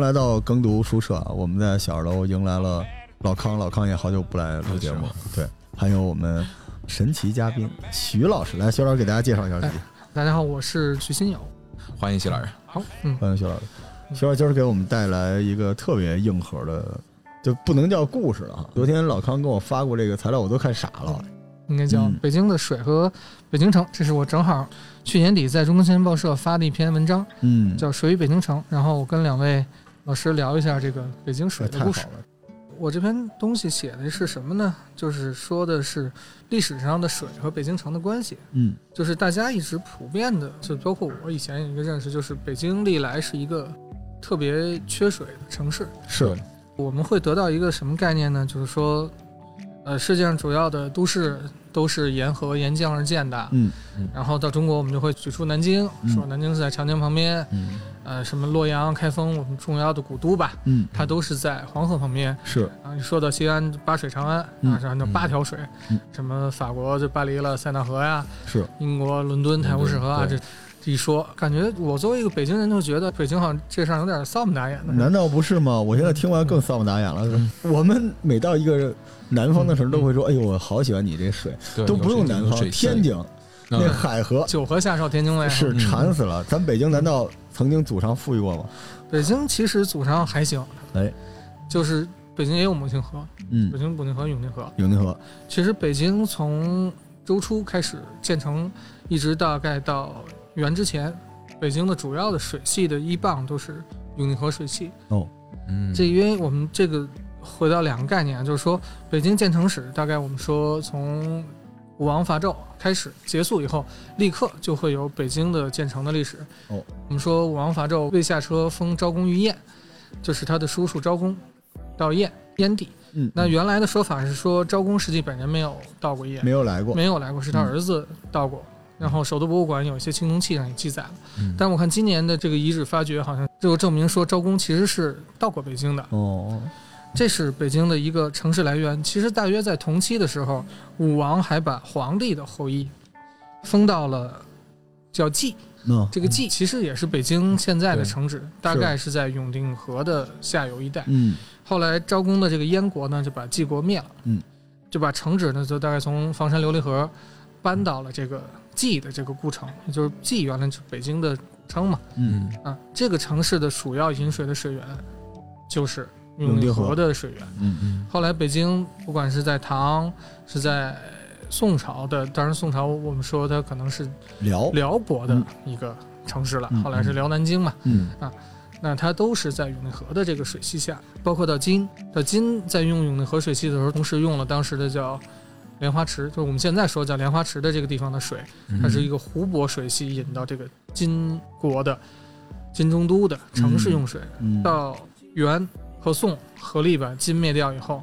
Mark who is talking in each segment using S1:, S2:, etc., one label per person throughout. S1: 来到耕读书社，我们在小楼迎来了老康，老康也好久不来录节目，对，还有我们神奇嘉宾徐老师，来，徐老师给大家介绍一下自己，
S2: 大家好，我是徐新友。
S3: 欢迎谢老师。
S2: 好，嗯，
S1: 欢迎徐老师。徐老师今儿给我们带来一个特别硬核的，就不能叫故事了啊。昨天老康给我发过这个材料，我都看傻了。
S2: 应该叫
S1: 嗯
S2: 《北京的水和北京城》，这是我正好去年底在中国青年报社发的一篇文章，
S1: 嗯，
S2: 叫《水与北京城》。然后我跟两位老师聊一下这个北京水
S1: 太
S2: 的
S1: 好
S2: 故事。
S1: 了，
S2: 我这篇东西写的是什么呢？就是说的是历史上的水和北京城的关系。
S1: 嗯
S2: 就是大家一直普遍的，就包括我以前有一个认识，就是北京历来是一个特别缺水的城市。
S1: 是，
S2: 我们会得到一个什么概念呢？就是说，呃，世界上主要的都市都是沿河沿江而建的。
S1: 嗯
S2: 然后到中国，我们就会举出南京，说南京是在长江旁边，
S1: 嗯
S2: 呃，什么洛阳、开封，我们重要的古都吧，
S1: 嗯，
S2: 它都是在黄河旁边。
S1: 是
S2: 啊，你说到西安八水长安，
S1: 嗯
S2: 啊，是按照八条水，
S1: 嗯
S2: 什么法国就巴黎了塞纳河呀，
S1: 是，
S2: 英国伦敦泰晤士河啊，
S3: 伦
S2: 这
S3: 敦
S2: 这一说，感觉我作为一个北京人，就觉得北京好像这事儿有点丧不打眼的。
S1: 难道不是吗？我现在听完更丧不打眼了。我们每到一个南方的时候，都会说：“哎呦，我好喜欢你这水，
S3: 对
S1: 都不用南方，天，津
S3: 你有
S1: 那
S3: 水
S1: 海河
S2: 九河下少天津卫啊，
S1: 是馋死了。咱北京难道曾经祖上富裕过吗？
S2: 北京其实祖上还行，
S1: 哎，
S2: 就是北京也有母亲河，
S1: 嗯
S2: 北，京母亲河、永定河。
S1: 永定河，
S2: 其实北京从周初开始建成，一直大概到元之前，北京的主要的水系的依傍都是永定河水系。
S3: 嗯，
S2: 这因为我们这个回到两个概念啊，就是说北京建城史，大概我们说从武王伐纣开始结束以后，立刻就会有北京的建成的历史。
S1: 哦，
S2: 我们说武王伐纣未下车封昭公于燕，就是他的叔叔昭公到燕燕地。
S1: 嗯，
S2: 那原来的说法是说昭公实际本人没有到过燕，
S1: 没有嗯来过，
S2: 没有来过，是他儿子到过。然后首都博物馆有一些青铜器上也记载了，
S1: 嗯
S2: 但我看今年的这个遗址发掘好像就证明说昭公其实是到过北京的。
S1: 哦，
S2: 这是北京的一个城市来源。其实大约在同期的时候，武王还把皇帝的后裔封到了叫蓟，
S1: 那
S2: 这个蓟其实也是北京现在
S3: 对
S2: 的城址，大概是在永定河的下游一带。
S1: 嗯
S2: 后来昭公的这个燕国呢，就把蓟国灭了，
S1: 嗯，
S2: 就把城址呢，就大概从房山琉璃河搬到了这个蓟的这个故城，也就是蓟原来是北京的城嘛，
S1: 嗯，
S2: 啊，这个城市的主要引水的水源就是
S1: 永
S2: 永
S1: 定
S2: 定
S1: 河
S2: 河的水源。
S1: 嗯
S3: 嗯
S2: 后来北京不管是在唐，是在宋朝的，当然宋朝我们说它可能是
S1: 辽，
S2: 辽国的
S1: 嗯
S2: 一个城市了，
S1: 嗯
S2: 后来是辽南京嘛，
S1: 嗯
S2: 那它都是在永定河的这个水系下，包括到金，到金在用永定河水系的时候，同时用了当时的叫。莲花池就是我们现在说叫莲花池的这个地方的水，
S1: 嗯
S2: 它是一个湖泊水系引到这个金国的金中都的城市用水，
S1: 嗯，
S2: 到元和宋合力把金灭掉以后，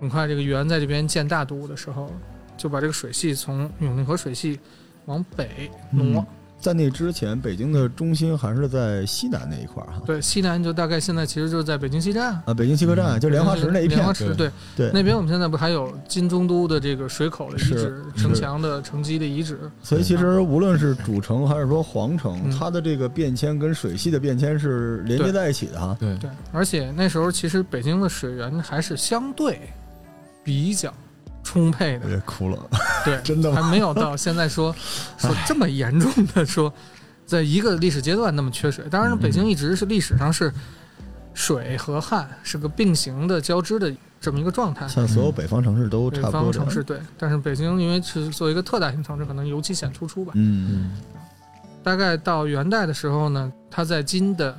S2: 很快这个元在这边建大都的时候，就把这个水系从永定河水系往北
S1: 嗯
S2: 挪，
S1: 在那之前，北京的中心还是在西南那一块儿哈。
S2: 对，西南就大概现在其实就是在北京西站。
S1: 啊，北京西客站就莲花池那一
S2: 莲花
S1: 片，
S2: 池
S3: 对
S2: 对，
S1: 对，
S2: 那边我们现在不还有金中都的这个水口的遗址、
S1: 是
S2: 城墙的城基的遗址，
S1: 所以其实无论是主城还是说皇城，
S2: 嗯
S1: 它的这个变迁跟水系的变迁是连接在一起的哈。
S3: 对，
S2: 对。而且那时候其实北京的水源还是相对比较充沛的，
S1: 也哭了，
S2: 对，
S1: 真的
S2: 还
S1: 吗？
S2: 没有到现在说说这么严重的说，在一个历史阶段那么缺水。当然，北京
S1: 嗯
S2: 一直是历史上是水和旱是个并行的交织的这么一个状态。
S1: 像所有北方城市都
S2: 北
S1: 差不
S2: 方
S1: 多这
S2: 城
S1: 样。
S2: 市对，但是北京因为是作为一个特大型城市，可能尤其显突出吧。
S1: 嗯，
S2: 大概到元代的时候呢，它在金的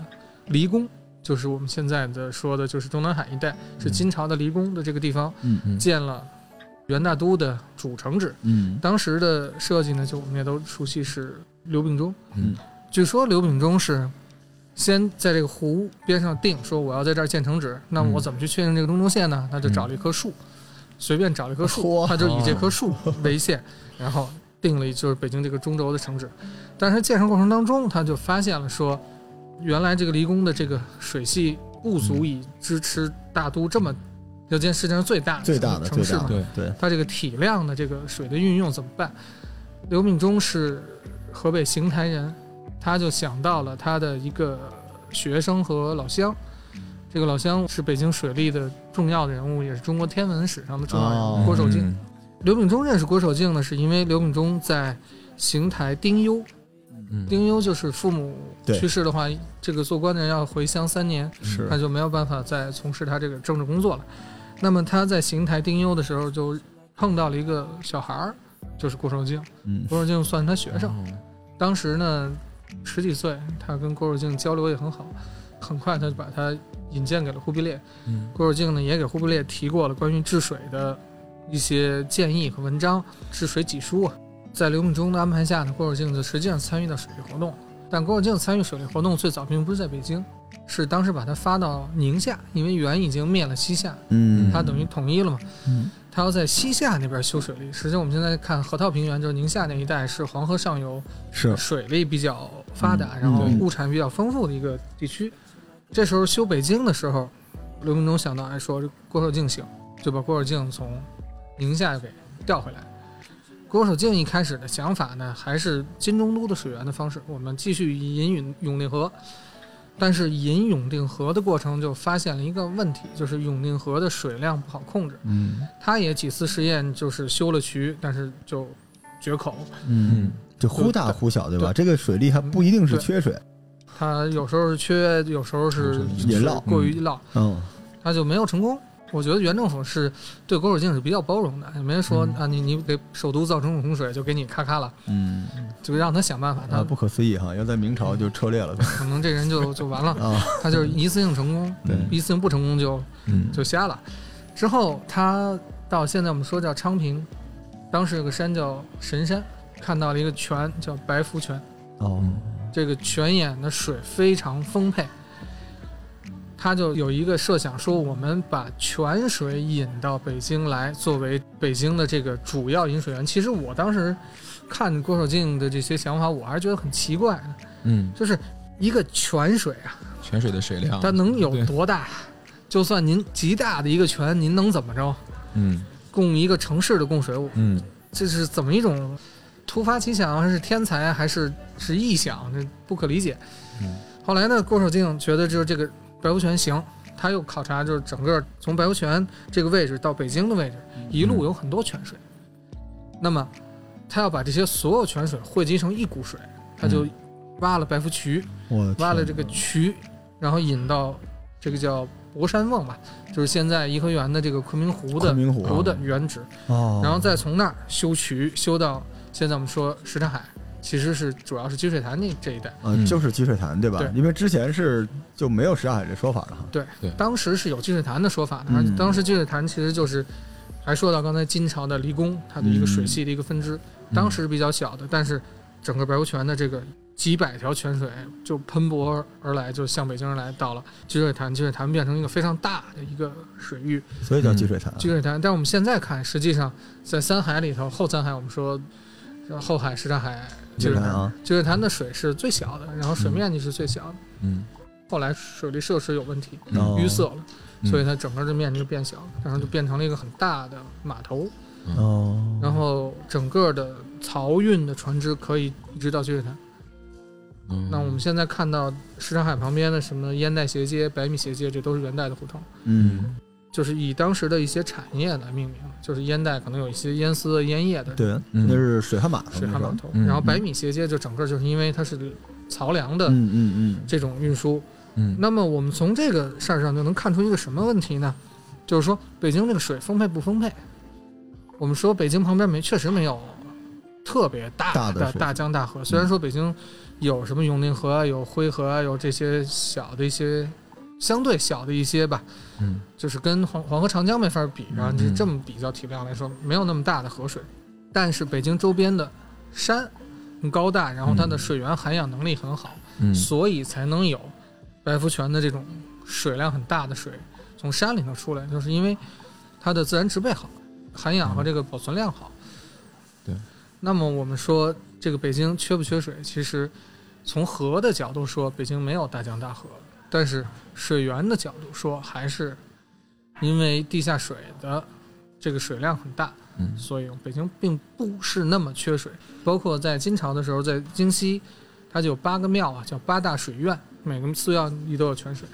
S2: 离宫，就是我们现在的说的，就是中南海一带，是金朝的离宫的这个地方，
S1: 嗯
S3: 嗯
S2: 建了元大都的主城址。
S1: 嗯
S2: 当时的设计呢，就我们也都熟悉是刘秉忠。
S3: 嗯，
S2: 据说刘秉忠是先在这个湖边上定，说我要在这儿建城址，那
S1: 嗯
S2: 我怎么去确定这个中轴线呢？他就找了一棵树，随便找了一棵树，
S1: 嚯哦
S2: 他就以这棵树 为线，然后定了一就是北京这个中轴的城址。但是他建设过程当中，他就发现了说，原来这个离宫的这个水系
S1: 嗯
S2: 不足以支持大都这么。要建世界上最大的
S1: 最大的
S2: 城市
S1: 最大
S2: 嘛
S1: 的，
S3: 对
S1: 嗯对，
S2: 它这个体量的这个水的运用怎么办？刘秉忠是河北邢台人，他就想到了他的一个学生和老乡，这个老乡是北京水利的重要的人物，也是中国天文史上的重要人物。
S3: 嗯
S1: 哦
S2: 郭守敬，刘秉忠认识郭守敬呢，是因为刘秉忠在邢台丁忧，
S3: 嗯，嗯，
S2: 丁忧就是父母
S1: 对
S2: 去世的话，这个做官的人要回乡三年，
S1: 是
S2: 他就没有办法再从事他这个政治工作了。那么他在邢台丁忧的时候，就碰到了一个小孩儿，就是郭守敬。
S1: 嗯
S2: 郭守敬算是他学生，
S3: 哦
S2: 当时呢十几岁，他跟郭守敬交流也很好，很快他就把他引荐给了忽必烈。
S3: 嗯
S2: 郭守敬呢也给忽必烈提过了关于治水的一些建议和文章，治水几书啊。在刘秉忠的安排下呢，郭守敬就实际上参与到水利活动。但郭守敬参与水利活动最早并不是在北京，是当时把他发到宁夏，因为元已经灭了西夏，
S1: 嗯
S2: 他等于统一了嘛。
S1: 嗯
S2: 他要在西夏那边修水利。实际上我们现在看河套平原，就是宁夏那一带是黄河上游
S1: 是
S2: 水利比较发达，
S1: 嗯
S2: 然后
S1: 嗯
S2: 物产比较丰富的一个地区。这时候修北京的时候，刘文忠想到，哎，说这郭守敬行，就把郭守敬从宁夏给调回来。郭守敬一开始的想法呢，还是金中都的水源的方式，我们继续引永永定河。但是引永定河的过程就发现了一个问题，就是永定河的水量不好控制。
S1: 嗯
S2: 他也几次试验，就是修了渠，但是就绝口。
S1: 嗯，就忽大忽小，对吧？这个水利还不一定是缺水，
S2: 他有时候是缺，有时候是
S1: 也涝
S2: 过于涝，
S1: 嗯
S2: 他就没有成功。我觉得原政府是对国有境是比较包容的，也没人说、
S3: 嗯
S2: 啊，你你给首都造成洪水就给你咔咔了，
S1: 嗯
S2: 就让他想办法。
S1: 啊，
S2: 他
S1: 不可思议哈！要在明朝就车裂了
S2: 可能这人就就 完了，
S1: 啊，
S2: 他就是一次性成功，
S1: 对
S2: 一次性不成功就
S3: 嗯，
S2: 就瞎了。之后他到现在我们说叫昌平，当时有个山叫神山，看到了一个泉叫白福泉。
S1: 哦，
S2: 这个泉眼的水非常丰沛，他就有一个设想说，我们把泉水引到北京来，作为北京的这个主要饮水源。其实我当时看郭守敬的这些想法，我还是觉得很奇怪的，
S3: 嗯，
S2: 就是一个泉水啊，
S3: 泉水的水量，
S2: 它能有
S3: 对
S2: 多大？就算您极大的一个泉，您能怎么着？
S3: 嗯
S2: 供一个城市的供水我
S3: 嗯，
S2: 这是怎么一种突发奇想，还是天才，还是是臆想？这不可理解。
S3: 嗯
S2: 后来呢，郭守敬觉得就是这个白湖泉行，他又考察就是整个从白湖泉这个位置到北京的位置，
S1: 嗯
S2: 一路有很多泉水。那么他要把这些所有泉水汇集成一股水，他就挖了白湖渠，
S1: 我
S2: 挖了这个渠，然后引到这个叫博山瓮吧，就是现在颐和园的这个昆明湖的
S1: 昆明湖
S2: 湖的原址。
S1: 哦，
S2: 然后再从那儿修渠，修到现在我们说什刹海，其实是主要是积水潭那这一带。
S1: 啊，就是积水潭对吧？因为之前是就没有石海这说法了哈。
S2: 当时是有积水潭的说法的，
S1: 嗯
S2: 而且当时积水潭其实就是，还说到刚才金朝的离宫，它的一个水系的一个分支，
S1: 嗯
S2: 当时比较小的，但是整个白湖泉的这个几百条泉水就喷薄而来，就向北京而来，到了积水潭，积水潭变成一个非常大的一个水域，
S1: 所以叫积水潭。
S2: 积水潭。但我们现在看，实际上在三海里头，后三海我们说呃后海、什刹海、
S1: 积
S2: 积水
S1: 水
S2: 潭
S1: 潭。啊，
S2: 就是它的水是最小的，然后水面积是最小的。
S3: 嗯，
S2: 后来水利设施有问题，
S1: 哦
S2: 淤塞了，
S3: 嗯
S2: 所以它整个的面积就变小了，然后就变成了一个很大的码头，
S3: 嗯
S1: 哦，
S2: 然后整个的漕运的船只可以一直到积水潭。
S3: 嗯
S2: 那我们现在看到什刹海旁边的什么烟袋斜街、百米斜街，这都是元代的胡同，
S1: 嗯，
S2: 就是以当时的一些产业来命名，就是烟袋可能有一些烟丝、烟叶的
S1: 对，那是水旱码头。
S2: 嗯水旱码头，
S3: 嗯
S2: 然后百米斜街就整个就是因为它是漕粮的
S1: 嗯嗯
S2: 这种运输，
S3: 嗯，
S2: 那么我们从这个事儿上就能看出一个什么问题呢？就是说北京这个水丰沛不丰沛？我们说北京旁边没确实没有特别
S1: 大
S2: 大
S1: 的
S2: 的
S1: 水
S2: 大江大河，虽然说北京有什么永定河啊、有灰河啊、有这些小的一些相对小的一些吧，
S3: 嗯
S2: 就是跟黄黄河、长江没法比啊，
S3: 嗯
S2: 这这么比较体量来说，没有那么大的河水，但是北京周边的山很高大，然后它的
S3: 嗯
S2: 水源涵养能力很好。
S3: 嗯
S2: 所以才能有白福泉的这种水量很大的水从山里头出来，就是因为它的自然植被好，涵养和这个保存量好。
S3: 嗯对。
S2: 那么我们说这个北京缺不缺水？其实从河的角度说，北京没有大江大河，但是水源的角度说，还是因为地下水的这个水量很大，
S3: 嗯
S2: 所以北京并不是那么缺水。包括在金朝的时候，在京西，它就有八个庙啊，叫八大水院，每个寺院里都有泉水。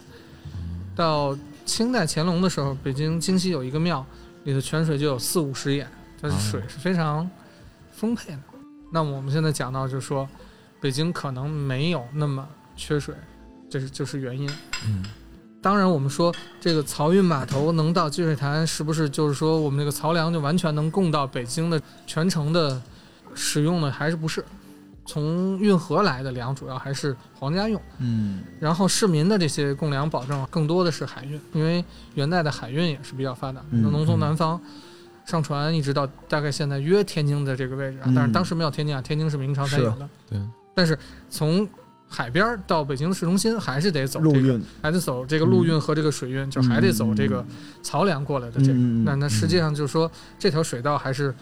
S2: 到清代乾隆的时候，北京京西有一个庙，里的泉水就有四五十眼，它
S3: 啊
S2: 水是非常丰沛的。那么我们现在讲到，就是说北京可能没有那么缺水，这是就是原因。
S3: 嗯
S2: 当然，我们说这个漕运码头能到积水潭，是不是就是说我们这个漕粮就完全能供到北京的全程的使用呢？还是不是？从运河来的粮主要还是皇家用，
S3: 嗯
S2: 然后市民的这些供粮保证啊更多的是海运，因为元代的海运也是比较发达，
S1: 嗯
S2: 能从
S3: 嗯
S2: 南方上船一直到大概现在约天津的这个位置啊，
S1: 嗯
S2: 但是当时没有天津啊，天津是明朝才有的，
S3: 对，
S2: 但是从海边儿到北京市中心还是得走
S1: 嗯
S2: 这
S1: 陆
S2: 个
S1: 运
S2: 还得走这个
S1: 嗯
S2: 陆运和这个水运，就还得走这个漕粮过来的这个。
S1: 嗯嗯嗯
S2: 那那实际上就是说，这条水道还是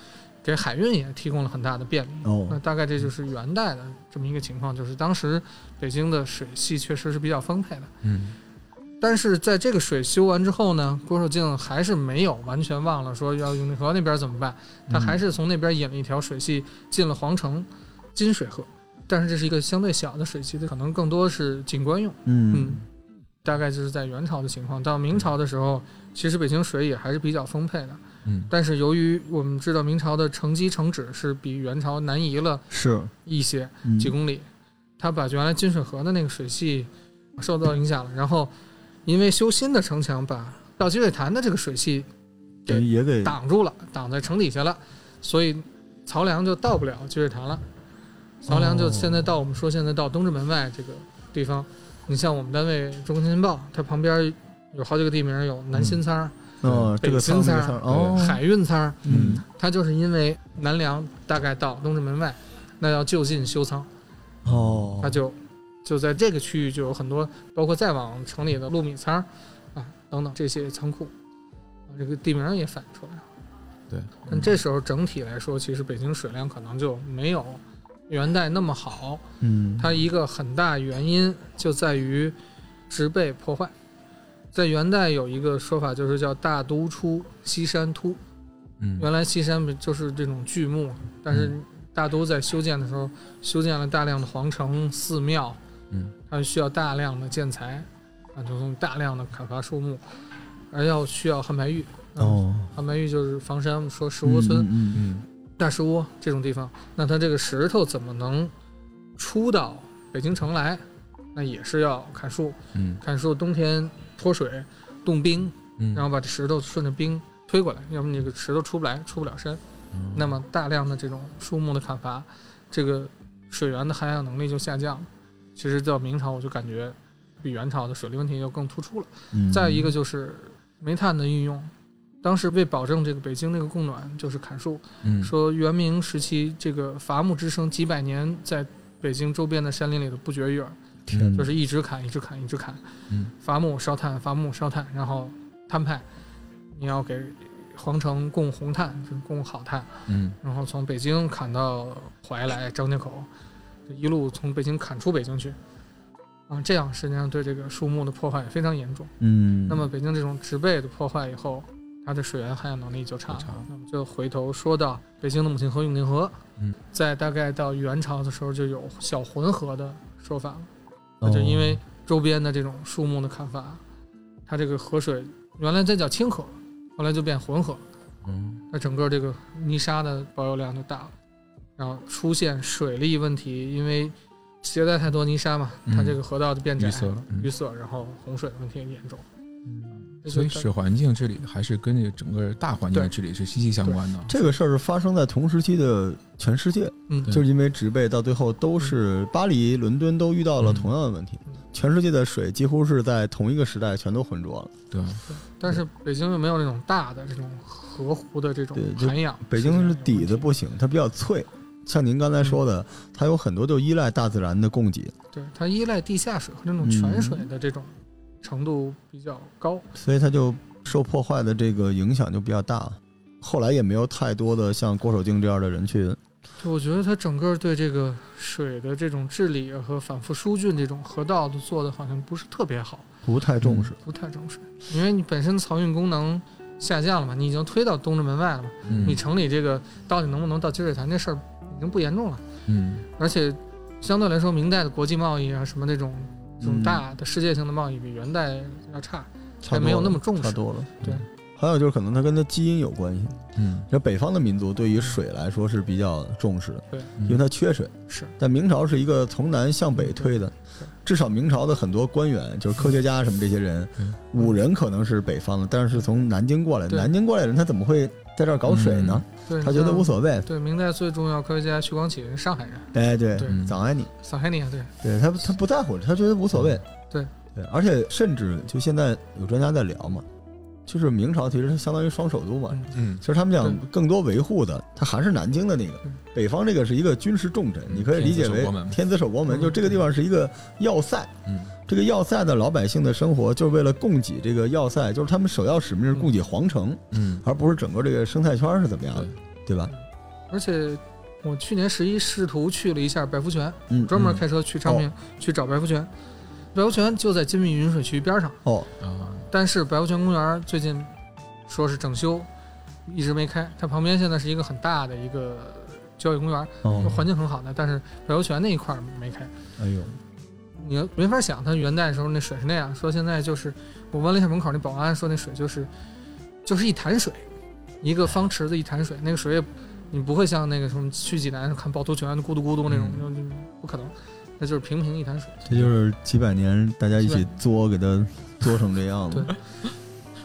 S2: 给海运也提供了很大的便利。那
S1: 哦，
S2: 大概这就是元代的这么一个情况，就是当时北京的水系确实是比较丰沛的。
S3: 嗯
S2: 但是在这个水修完之后呢，郭守敬还是没有完全忘了说要永定河那边怎么办，他
S1: 嗯
S2: 还是从那边引了一条水系进了皇城金水河，但是这是一个相对小的水系，它可能更多是景观用。
S1: 嗯
S2: 嗯，大概就是在元朝的情况。到明朝的时候，其实北京水也还是比较丰沛的，
S3: 嗯
S2: 但是由于我们知道明朝的城基城址是比元朝南移了
S1: 是
S2: 一些
S1: 嗯
S2: 几公里，它把原来金水河的那个水系受到影响了，然后因为修新的城墙，把到积水潭的这个水系
S1: 等于也给
S2: 挡住了，挡在城底下了，所以漕粮就到不了积水潭了。漕粮就现在到我们说现在到东直门外这个地方，你像我们单位《中国新闻报》，它旁边有好几个地名，有南新仓、
S1: 哦这个仓
S2: 北京
S1: 那
S2: 三
S1: 个仓
S2: 儿
S1: 哦
S2: 海运仓，
S1: 嗯
S2: 它就是因为南粮大概到东直门外，那要就近修仓，
S1: 哦
S2: 它嗯就就在这个区域就有很多，包括再往城里的陆米仓啊等等这些仓库，啊这个地名也反映出来了。
S3: 对，
S2: 但这时候整体来说，其实北京水量可能就没有元代那么好。
S1: 嗯
S2: 它一个很大原因就在于植被破坏。在元代有一个说法，就是叫“大都出西山突”。
S3: 嗯
S2: 原来西山就是这种巨木，但是大都在修建的时候，修建了大量的皇城、寺庙，
S3: 嗯，
S2: 它需要大量的建材，啊，就从大量的砍伐树木，而要需要汉白玉。啊
S1: 哦
S2: 汉白玉就是房山，我们说石窝村，
S1: 嗯嗯
S3: 嗯
S2: 大石窝这种地方，那它这个石头怎么能出到北京城来？那也是要砍树，
S3: 嗯
S2: 砍树冬天脱水、冻冰，
S3: 嗯，
S2: 然后把这石头顺着冰推过来，要么你这个石头出不来，出不了山。
S3: 嗯
S2: 那么大量的这种树木的砍伐，这个水源的涵养能力就下降了。其实到明朝，我就感觉比元朝的水利问题就更突出了。
S1: 嗯
S2: 再一个就是煤炭的运用，当时为保证这个北京这个供暖，就是砍树。
S3: 嗯
S2: 说元明时期这个伐木之声几百年在北京周边的山林里头不绝于耳，
S1: 天
S2: 嗯就是一直砍，一直砍，一直砍，
S3: 嗯
S2: 伐木烧炭，伐木烧炭，然后摊派，你要给皇城供红炭，就是供好炭，
S3: 嗯
S2: 然后从北京砍到怀来、张家口，就一路从北京砍出北京去。啊，这样实际上对这个树木的破坏非常严重。
S1: 嗯
S2: 那么北京这种植被的破坏以后，它的水源涵养能力就差了
S3: 就差了。
S2: 那么就回头说到北京的母亲河永定河，
S3: 嗯，
S2: 在大概到元朝的时候就有小浑河的说法了，
S3: 哦
S1: 哦
S2: 那就因为周边的这种树木的砍伐，它这个河水原来它叫清河，后来就变浑河，
S3: 嗯
S2: 那整个这个泥沙的保有量就大了，然后出现水利问题，因为携带太多泥沙嘛，
S3: 嗯
S2: 它这个河道就变窄
S3: 淤，塞了，嗯
S2: 淤塞，然后洪水问题也严重。
S1: 嗯
S2: 这就
S3: 所以
S2: 大
S3: 水环境治理还是跟这个整个大环境的治理是息息相关的。
S1: 这个事儿是发生在同时期的全世界，
S2: 嗯
S1: 就是因为植被到最后都是巴黎、伦敦都遇到了同样的问题
S2: 嗯，
S1: 全世界的水几乎是在同一个时代全都浑浊了。
S3: 对，
S2: 但是北京又没有那种大的这种河湖的这种
S1: 对就
S2: 涵养。
S1: 北京是底子不行，它比较脆，像您刚才说的，它有很多就依赖大自然的供给，
S2: 对它依赖地下水和这种泉水
S1: 嗯
S2: 的这种程度比较高。
S1: 所以它就受破坏的这个影响就比较大。后来也没有太多的像郭守敬这样的人去，
S2: 就我觉得它整个对这个水的这种治理和反复疏浚这种河道都做的好像不是特别好，
S1: 不太重视。
S2: 不太重视。因为你本身漕运功能下降了嘛，你已经推到东直门外了嘛，
S3: 嗯
S2: 你城里这个到底能不能到积水潭这事儿已经不严重了。
S3: 嗯
S2: 而且相对来
S1: 嗯
S2: 说，明代的国际贸易啊，什么那种这种大的世界性的贸易比元代要差，
S1: 差不多
S2: 没有那么
S1: 了
S2: 重
S1: 差
S2: 视
S1: 多了。
S2: 对，
S1: 还有就是可能它跟它基因有关系。
S3: 嗯，
S1: 那北方的民族对于水来说是比较重视的，
S2: 对
S3: 嗯
S1: 因为它缺水。
S2: 是，
S1: 但明朝是一个从南向北推的
S2: 对，
S1: 至少明朝的很多官员，就是科学家什么这些人
S3: 嗯，
S1: 武人可能是北方的，但是是从南京过来的。
S2: 对嗯
S1: 南京过来的人他怎么会在这儿搞水呢？
S2: 对，
S1: 他觉得无
S2: 所
S1: 所谓。
S2: 对明代最重要科学家徐光启是上海人，
S1: 哎，对
S2: 对，
S3: 嗯
S1: 早安你。
S2: 撒海尼亚对，
S1: 对他他不在乎，他觉得无所谓。
S2: 对
S1: 对，而且甚至就现在有专家在聊嘛，就是明朝其实它相当于双首都嘛，
S2: 嗯
S3: 嗯
S1: 其实他们讲
S2: 对
S1: 更多维护的，它还是南京的那个
S2: 嗯，
S1: 北方这个是一个军事重镇，
S3: 嗯
S1: 你可以理解
S3: 天子
S1: 为
S3: 守国门
S1: 天子守国门，
S2: 嗯
S1: 就这个地方是一个要塞。
S3: 嗯
S1: 这个要塞的老百姓的生活，就是为了供给这个要塞，就是他们首要使命是供给皇城，
S3: 嗯，
S1: 而不是整个这个生态圈是怎么样的，对吧？
S2: 而且我去年十一试图去了一下百福泉，
S1: 嗯，哦
S2: 专门开车去昌平、去找白福泉，白福泉就在金密云水区边上，
S1: 哦，
S3: 啊，
S2: 但是白福泉公园最近说是整修，一直没开。它旁边现在是一个很大的一个郊野公园，
S1: 哦，
S2: 环境很好的，但是白福泉那一块儿没开。
S1: 哎呦，
S2: 你没法想，它元代的时候那水是那样，说现在就是我问了一下门口那保安，说那水就是就是一潭水，一个方池子一潭水，那个水也你不会像那个什么去济南看趵突泉咕嘟咕嘟那种，就就不可能，那就是平平一潭水。
S1: 嗯这就是几百年大家一起作，给它作成这样 了。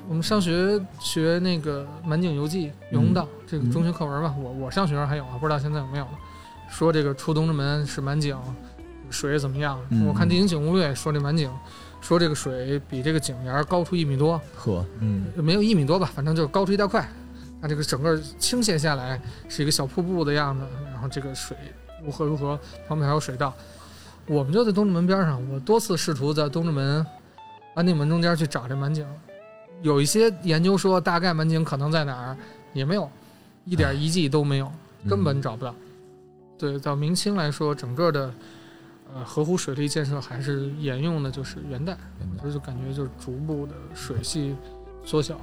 S2: 我们上学学那个《满井游记》袁宏道、
S1: 嗯
S2: 这个中学课文吧，我我上学时候还有啊，不知道现在有没有了。说这个出东直门是满井，水怎么样？
S1: 嗯
S2: 我看《地形景攻略》说这满井，说这个水比这个井沿儿高出一米多，
S1: 呵，
S3: 嗯
S2: 没有一米多吧，反正就是高出一大块。那这个整个倾泻下来是一个小瀑布的样子，然后这个水如何如何，旁边还有水道。我们就在东直门边上，我多次试图在东直门、安定门中间去找这满井，有一些研究说大概满井可能在哪儿，也没有，一点遗迹都没有，
S3: 嗯
S2: 根本找不到。对，到明清来说，整个的呃河湖水利建设还是沿用的就是元代，所以就感觉就是逐步的水系缩小。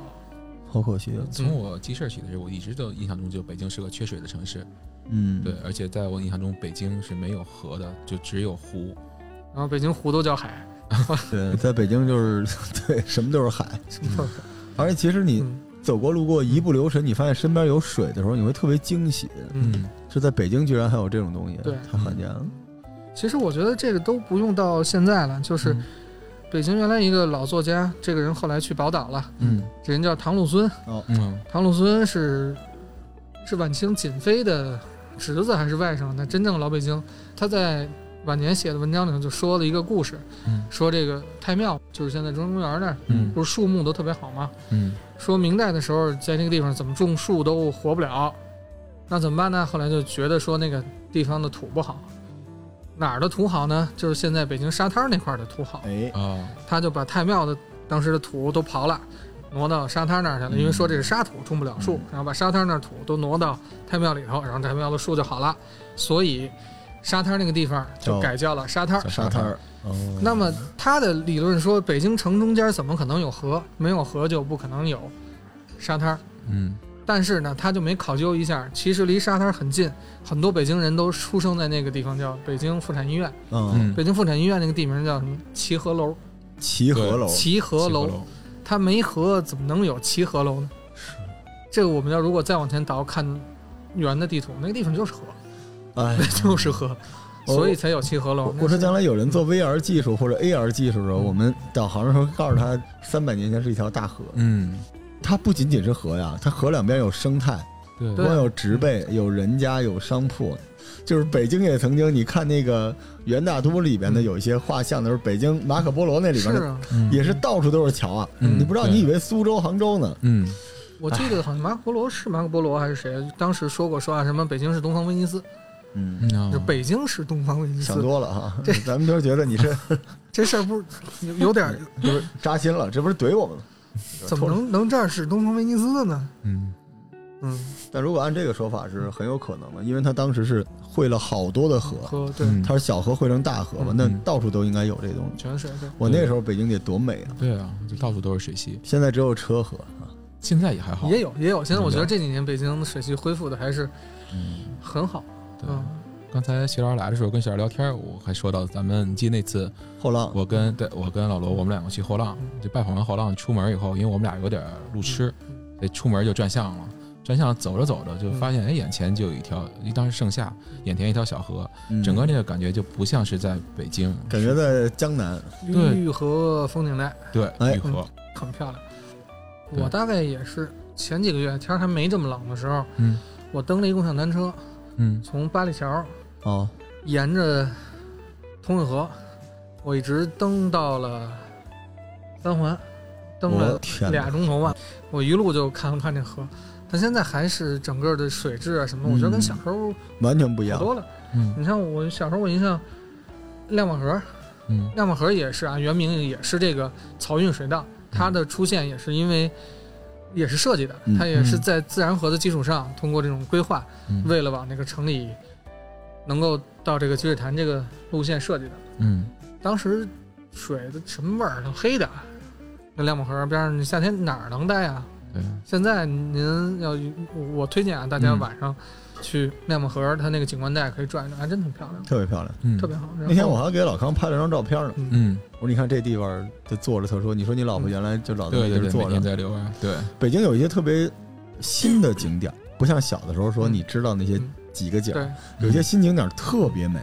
S1: 好可惜啊。
S3: 从我记事儿起的时候，我一直都印象中就北京是个缺水的城市，
S1: 嗯，
S3: 对，而且在我印象中北京是没有河的，就只有 湖，
S2: 然后北京湖都叫海，
S3: 嗯
S1: 对，在北京就是 对，什么都是海。
S2: 什么都
S3: 嗯
S2: 是海。
S1: 而且其实你
S2: 嗯
S1: 走过路过，一不留神，你发现身边有水的时候，你会特别惊喜。
S2: 嗯，
S1: 就在北京居然还有这种东西，
S2: 对
S1: 太罕见了。
S2: 其实我觉得这个都不用到现在了，
S3: 嗯
S2: 就是北京原来一个老作家，这个人后来去宝岛了，
S3: 嗯
S2: 这人叫唐鲁孙，
S3: 嗯
S2: 唐鲁孙是是晚清瑾妃的侄子还是外甥？那真正的老北京，他在晚年写的文章里头就说了一个故事，
S3: 嗯
S2: 说这个太庙就是现在中央公园那儿，
S3: 嗯
S2: 不是树木都特别好吗？
S3: 嗯
S2: 说明代的时候在那个地方怎么种树都活不了，那怎么办呢？后来就觉得说那个地方的土不好，哪儿的土好呢？就是现在北京沙滩那块儿的土好，
S1: 哎，
S3: 啊
S2: 他就把太庙的当时的土都刨了。挪到沙滩那儿去了，因为说这是沙土，种不了树，然后把沙滩那儿土都挪到太庙里头，然后太庙的树就好了。所以，沙滩那个地方就
S1: 叫
S2: 改叫了沙滩。
S3: 叫
S1: 沙滩儿。哦，
S2: 嗯那么他的理论说，北京城中间怎么可能有河？没有河就不可能有沙滩。
S3: 嗯
S2: 但是呢，他就没考究一下，其实离沙滩很近，很多北京人都出生在那个地方，叫北京妇产医院。
S1: 嗯，
S3: 嗯
S2: 北京妇产医院那个地名叫什么？齐河楼。
S1: 哦齐河楼，
S2: 齐河楼，它没河怎么能有齐河楼呢？
S1: 是
S2: 这个我们要如果再往前倒看圆的地图，那个地方就是河，
S1: 哎，
S2: 就是河，
S1: 哦
S2: 所以才有齐河楼
S1: 我。我说将
S2: 来
S1: 来有人做 VR 技术或者 AR 技术的时候，我们导航的时候告诉他，三百年前是一条大河。
S3: 嗯
S1: 它不仅仅是河呀，它河两边有生态，
S3: 对
S1: 不光有植被，有人家，有商铺。就是北京也曾经，你看那个元大都里边的有一些画像的时候，北京马可波罗那里边
S2: 是
S1: 的
S2: 啊，
S1: 也是到处都是桥啊。
S3: 嗯
S1: 你不知道，
S3: 对
S1: 你以为苏州、杭州呢？
S3: 嗯
S2: 我记得好像马可波罗是马可波罗还是谁，当时说过说啊什么北京是东方威尼斯，
S1: 嗯，
S3: 嗯
S2: 就北京是东方威尼
S1: 想
S2: 斯，
S1: 多了哈
S2: 这。
S1: 咱们都觉得你是
S2: 这事儿不有有点儿
S1: 这不是扎心了，这不是怼我们了？
S2: 怎么能能这样是东方威尼斯的呢？
S3: 嗯
S2: 嗯，
S1: 但如果按这个说法是很有可能的，因为他当时是汇了好多的河，
S2: 和对
S1: 它是小河汇成大河嘛，
S2: 嗯
S1: 那
S3: 嗯
S1: 到处都应该有这东西。
S2: 泉水对，
S1: 我那时候北京得多美啊！
S3: 对啊，就到处都是水系，
S1: 现在只有车河啊，
S3: 现在也还好，
S2: 也
S3: 嗯
S2: 有也有。现在我觉得这几年北京的水系恢复的还是很好，
S3: 对，
S2: 嗯，
S3: 刚才徐老师来的时候跟小孩聊天，我还说到咱们你记得那次
S1: 后浪，
S3: 我跟对我跟老罗我们两个去后浪，
S1: 嗯
S3: 就拜访完后浪出门以后，因为我们俩有点路痴，
S1: 嗯
S3: 所以出门就转向了。转向走着走着就发现，哎，眼前就有一条，一当时盛夏，眼前一条小河，
S1: 嗯
S3: 整个那个感觉就不像是在北京，
S1: 感觉在江南，
S3: 对
S2: 绿河风景带
S3: 对
S1: 哎
S3: 玉河，
S2: 很漂亮。
S3: 对
S2: 我大概也是前几个月天儿还没这么冷的时候，
S3: 嗯
S2: 我蹬了一共享单车，
S3: 嗯，
S2: 从八里桥
S1: 哦，
S2: 沿着通惠河，我一直蹬到了三环，蹬
S1: 我
S2: 了
S1: 天哪
S2: 俩钟头吧。我一路就看看这河，但现在还是整个的水质啊什么，我觉得跟
S1: 嗯
S2: 小时候
S1: 完全不一
S2: 好
S1: 样，
S2: 多了。
S3: 嗯
S2: 你像我小时候，我印象亮马河，
S3: 嗯
S2: 亮马河也是啊，原名也是这个漕运水道，它的出现也是因为也是设计的
S1: 嗯，
S2: 它也是在自然河的基础上，通过这种规划，
S3: 嗯
S2: 为了往那个城里能够到这个积水潭这个路线设计的。
S3: 嗯
S2: 当时水的什么味儿？都黑的。啊那亮马河边上，你夏天哪儿能待啊？
S3: 对，
S2: 现在您要我推荐啊，大家
S3: 嗯
S2: 晚上去亮马河，它那个景观带可以转一转，还真挺漂亮的，
S1: 特别漂亮。
S3: 嗯
S2: 特别好。
S1: 那天我还给老康拍了张照片呢，
S2: 嗯
S3: 嗯，
S1: 我说你看这地方就坐着，他说你说你老婆原来就老在那
S3: 对
S1: 地
S3: 对
S1: 儿
S3: 对，
S1: 坐
S3: 每天
S1: 着。嗯
S3: 在遛弯，对，
S1: 北京有一些特别新的景点，不像小的时候说
S2: 嗯
S1: 你知道那些
S2: 嗯
S1: 几个景儿，
S2: 对，
S1: 有些新景点特别美，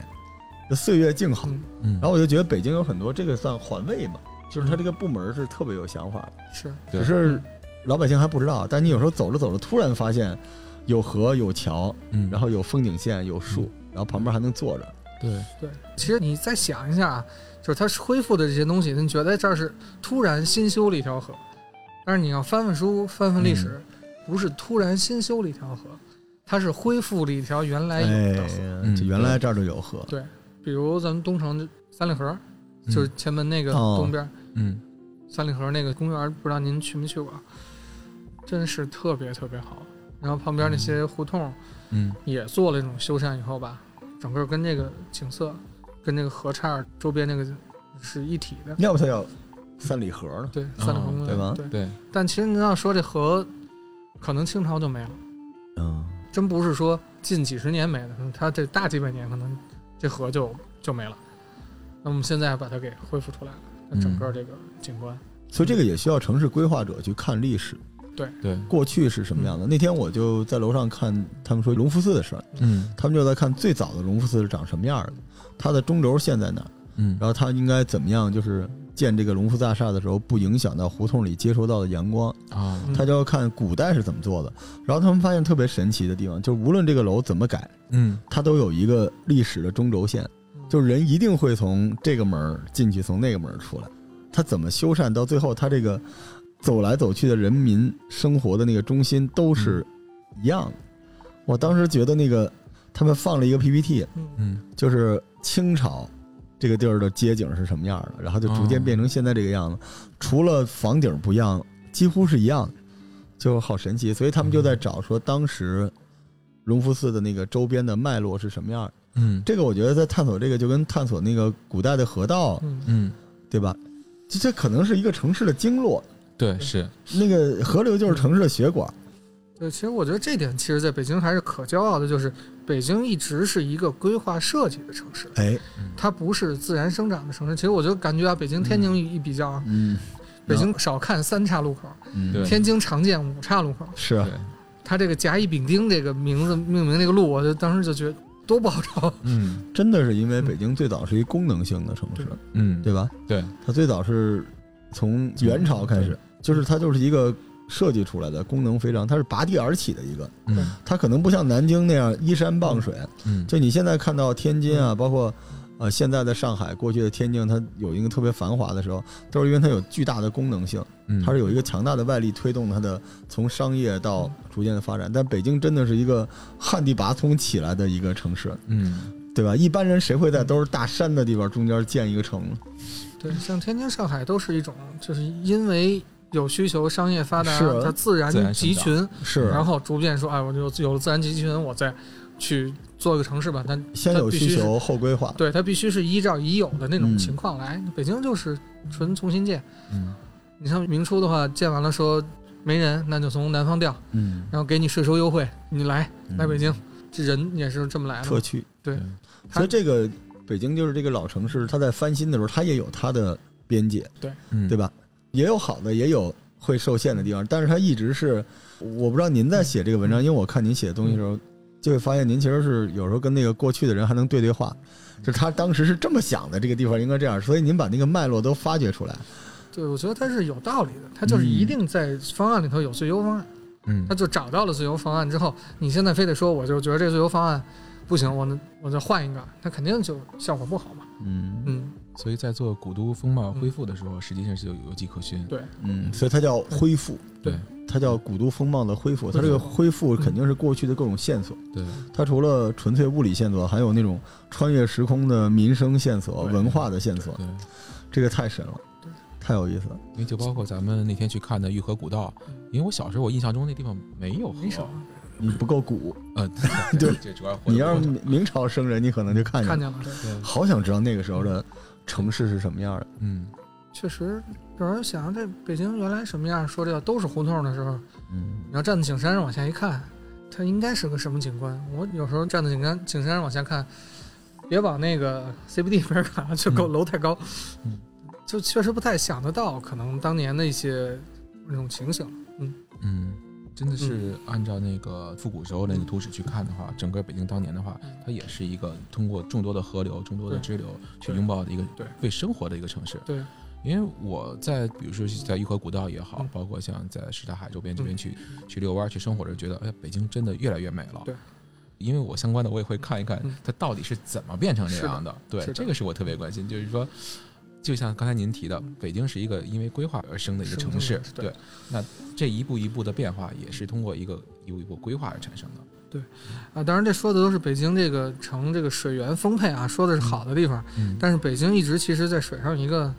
S1: 就岁月静好。
S2: 嗯，
S3: 嗯，
S1: 然后我就觉得北京有很多这个算环卫嘛，就是它这个部门是特别有想法的，
S2: 是
S3: 对
S1: 只是老百姓还不知道。但你有时候走着走着，突然发现有河有桥，
S3: 嗯，
S1: 然后有风景线有树，然后旁边还能坐着。
S3: 对，
S2: 对。其实你再想一下啊，就是它恢复的这些东西，你觉得这儿是突然新修了一条河，但是你要翻翻书、翻翻历史，
S1: 嗯
S2: 不是突然新修了一条河，它是恢复了一条原来有的河。
S1: 哎，
S3: 嗯
S1: 就原来这儿就有河，
S2: 比如咱们东城三里河，就是前门那个
S1: 哦
S2: 东边、
S3: 嗯
S2: 三里河那个公园，不知道您去没去过，真是特别特别好。然后旁边那些胡同
S3: 嗯
S2: 也做了一种修缮以后吧，整个跟这个景色、跟这个河岔儿周边那个是一体的。
S1: 要不它叫三里河呢？
S2: 对，三里河
S3: 哦
S2: 公园、
S1: 嗯啊对吧
S2: 对。
S3: 对，
S2: 但其实您要说这河，可能清朝就没了，
S1: 嗯，
S2: 真不是说近几十年没的，它这大几百年可能这河就就没了。那我们现在把它给恢复出来了，那整
S1: 嗯
S2: 个这个景观，
S1: 所以这个也需要城市规划者去看历史，
S3: 对，
S1: 过去是什么样的。那天我就在楼上看他们说隆福寺的事儿，
S3: 嗯
S1: 他们就在看最早的隆福寺是长什么样的，它的中轴线在哪儿。
S3: 嗯，
S1: 然后他应该怎么样？就是建这个隆福大厦的时候，不影响到胡同里接收到的阳光。
S3: 啊，
S2: 嗯
S1: 他就要看古代是怎么做的。然后他们发现特别神奇的地方，就是无论这个楼怎么改，
S3: 嗯
S1: 它都有一个历史的中轴线，
S2: 嗯
S1: 就是人一定会从这个门儿进去，从那个门儿出来。他怎么修缮到最后，他这个走来走去的人民生活的那个中心都是一样的。我当时觉得那个他们放了一个 PPT，
S2: 嗯
S3: 嗯
S1: 就是清朝这个地儿的街景是什么样的，然后就逐渐变成现在这个样子，除了房顶不一样，几乎是一样的，就好神奇。所以他们就在找说当时隆福寺的那个周边的脉络是什么样的。
S3: 嗯
S1: 这个我觉得在探索这个就跟探索那个古代的河道，
S2: 嗯，
S3: 嗯，
S1: 对吧？这这可能是一个城市的经络，
S3: 对，是，
S1: 那个河流就是城市的血管。
S2: 对，其实我觉得这点其实在北京还是可骄傲的，就是北京一直是一个规划设计的城市，
S1: 哎，
S2: 它不是自然生长的城市。其实我就感觉啊，北京、天津一比较啊，
S1: 嗯，
S2: 北京少看三岔路口，
S1: 嗯，
S3: 对
S2: 天津常见五岔路口。
S1: 是啊
S3: 对，
S2: 它这个甲乙丙丁这个名字命名这个路，我就当时就觉得多不好找。
S3: 嗯
S1: 真的是因为北京最早是一功能性的城市，
S3: 嗯，
S1: 对吧？
S3: 对，
S1: 它最早是从元朝开
S3: 嗯
S1: 始，就是它就是一个设计出来的，功能非常，它是拔地而起的一个。
S3: 嗯
S1: 它可能不像南京那样依山傍水，
S3: 嗯，
S1: 就你现在看到天津啊，包括呃现在的上海，过去的天津，它有一个特别繁华的时候，都是因为它有巨大的功能性，
S3: 嗯
S1: 它是有一个强大的外力推动它的从商业到
S3: 嗯
S1: 逐渐的发展。但北京真的是一个旱地拔葱起来的一个城市，
S3: 嗯
S1: 对吧？一般人谁会在都是大山的地方中间建一个城呢？
S2: 对，像天津、上海都是一种，就是因为有需求，商业发达
S1: 是啊，
S2: 它自然
S3: 自然生
S2: 集
S3: 长
S2: 群，
S1: 是
S2: 然后逐渐说，哎，我就有了自然集群，我再去做一个城市吧。它
S1: 先
S2: 它
S1: 有
S2: 必须
S1: 需
S2: 是
S1: 求后规划。
S2: 对，它必须是依照已有的那种
S1: 嗯
S2: 情况来。北京就是纯重新建。
S3: 嗯
S2: 你像明初的话，建完了说没人，那就从南方调，
S1: 嗯，
S2: 然后给你税收优惠，你来来北京。这人也是这么来的
S1: 特
S2: 嘛。
S1: 区。
S2: 对，它
S1: 所以这个北京就是这个老城市，它在翻新的时候，它也有它的边界，
S3: 嗯
S1: 对？吧？也有好的，也有会受限的地方，但是它一直是，我不知道您在写这个文
S2: 嗯
S1: 章，因为我看您写的东西的时候，就会发现您其实是有时候跟那个过去的人还能对对话，就他当时是这么想的，这个地方应该这样，所以您把那个脉络都发掘出来。
S2: 对，我觉得它是有道理的，它就是一
S3: 嗯
S2: 定在方案里头有最优方案。
S3: 嗯
S2: 他就找到了最优方案之后，你现在非得说我就觉得这最优方案不行，我呢我再换一个，那肯定就效果不好嘛。
S1: 嗯
S2: 嗯，
S3: 所以在做古都风貌恢复的时候，实际上是有有迹可循。
S2: 对
S1: 嗯，所以它叫恢复，
S3: 对
S1: 它叫古都风貌的恢复，它这个恢复肯定是过去的各种线索。
S3: 对，
S1: 它除了纯粹物理线索，还有那种穿越时空的民生线索、
S3: 对
S1: 文化的线索，
S3: 对，
S1: 这个太神了，太有意思了。
S3: 因为就包括咱们那天去看的玉河古道
S2: 嗯，
S3: 因为我小时候我印象中那地方没有河
S2: 没，少
S1: 你不够古，
S3: 呃，
S1: 对，
S3: 这主要活
S1: 你
S3: 得
S1: 要
S3: 不
S1: 是
S3: 多
S1: 明朝生人，你可能就看见
S2: 看
S1: 了。
S2: 见了，对
S3: 对
S1: 好想知道那个时候的城市是什么样的。
S3: 嗯
S2: 确实有人想这北京原来什么样，说这都是胡同的时候，
S1: 嗯
S2: 你要站在景山上往下一看，它应该是个什么景观？我有时候站在景山景山上往下看，别往那个 CBD 边儿看，就够
S3: 嗯
S2: 楼太高，
S3: 嗯
S2: 就确实不太想得到可能当年的一些那种情形。
S3: 嗯，真的是
S1: 嗯
S3: 按照那个复古时候那个图纸去看的话，整个北京当年的话，它也是一个通过众多的河流、众多的
S2: 对
S3: 支流去
S2: 对
S3: 拥抱的一个
S2: 对
S3: 为生活的一个城市。
S2: 对，
S3: 因为我在比如说在玉河古道也好
S2: 嗯，
S3: 包括像在什刹海周边这边去去遛弯儿去生活着，觉得哎呀，北京真的越来越美了。
S2: 对。
S3: 因为我相关的，我也会看一看
S2: 嗯
S3: 它到底是怎么变成这样的。对
S2: 是，的
S3: 这个是我特别关心，就是说，就像刚才您提的，北京是一个因为规划而生的一个
S2: 嗯生
S3: 城市
S2: 的，对
S3: 对。那这一步一步的变化，也是通过一个一步一步规划而产生的。
S2: 啊，当然这说的都是北京这个城这个水源丰沛啊，说的是好的地方，
S3: 嗯
S2: 但是北京一直其实在水上一个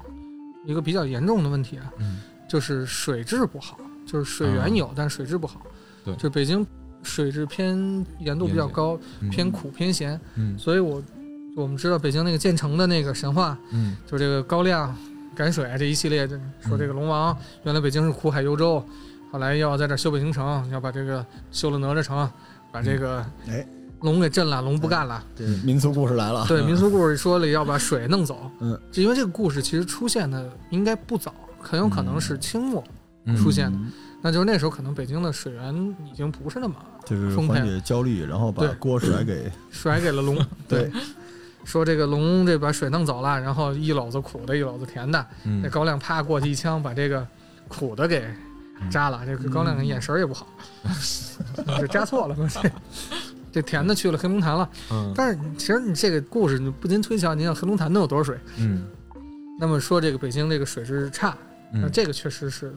S2: 一个比较严重的问题啊，
S3: 嗯
S2: 就是水质不好，就是水源
S3: 啊
S2: 有，但水质不好。
S3: 对
S2: 就北京水质偏盐度比较高，
S3: 嗯
S2: 偏苦偏咸，
S3: 嗯
S2: 所以我我们知道北京那个建成的那个神话，
S3: 嗯
S2: 就是这个高亮赶水啊这一系列，就
S1: 嗯
S2: 说这个龙王原来北京是苦海幽州，后来要在这儿修北京城，要把这个修了哪吒城，把这个
S1: 哎
S2: 龙给镇了，龙不干了。
S1: 这嗯民俗故事来了，
S2: 对，民俗故事说了要把水弄走，
S1: 嗯，
S2: 就因为这个故事其实出现的应该不早，很有可能是清末，
S3: 嗯
S2: 出现的那就是那时候可能北京的水源已经不是那 么
S1: 就是
S2: 丰沛
S1: 缓解焦虑，然后把
S2: 对
S1: 锅甩给。
S2: 甩给了龙
S1: 对，
S2: 说这个龙这把水弄走了，然后一篓子苦的，一篓子甜的，那
S3: 嗯
S2: 高亮啪过去一枪，把这个苦的给
S3: 嗯
S2: 扎了。这个高亮的眼神儿 也不好，就扎错了嘛。这这甜的去了黑龙潭了。
S3: 嗯
S2: 但是其实你这个故事你不禁推敲，你想黑龙潭能有多少水？
S3: 嗯
S2: 那么说这个北京这个水质差，那
S3: 嗯
S2: 这个确实是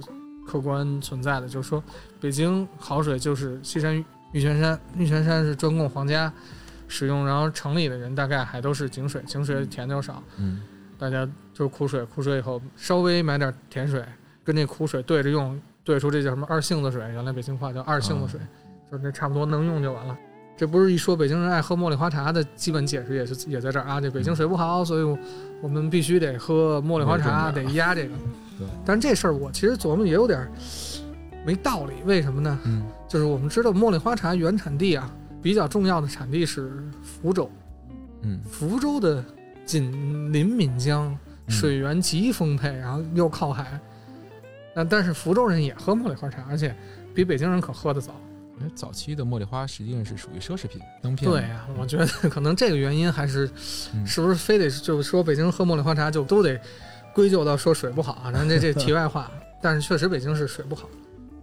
S2: 客观存在的。就是说，北京好水就是西山玉泉山，玉泉山是专供皇家使用，然后城里的人大概还都是井水，井水甜就少。
S3: 嗯
S2: 大家就是苦水，苦水以后稍微买点甜水，跟这苦水对着用，兑出这叫什么二杏子水，原来北京话叫二杏子水，就是那差不多能用就完了。这不是一说北京人爱喝茉莉花茶的基本解释，也是也在这儿啊。这北京水不好，所以我我们必须得喝茉莉花茶，
S3: 嗯
S2: 得压这个
S3: 对。
S2: 但是这事儿我其实琢磨也有点儿没道理，为什么呢？
S3: 嗯
S2: 就是我们知道茉莉花茶原产地啊，比较重要的产地是福州，
S3: 嗯
S2: 福州的紧邻闽江，
S3: 嗯
S1: 嗯
S2: 水源极丰沛，然后又靠海。那但是福州人也喝茉莉花茶，而且比北京人可喝得早。
S3: 因为早期的茉莉花实际上是属于奢侈品、灯片。
S2: 对呀、我觉得可能这个原因还是，
S3: 嗯
S2: 是不是非得就是说北京人喝茉莉花茶就都得归咎到说水不好啊？咱这这题外 话，但是确实北京是水不好。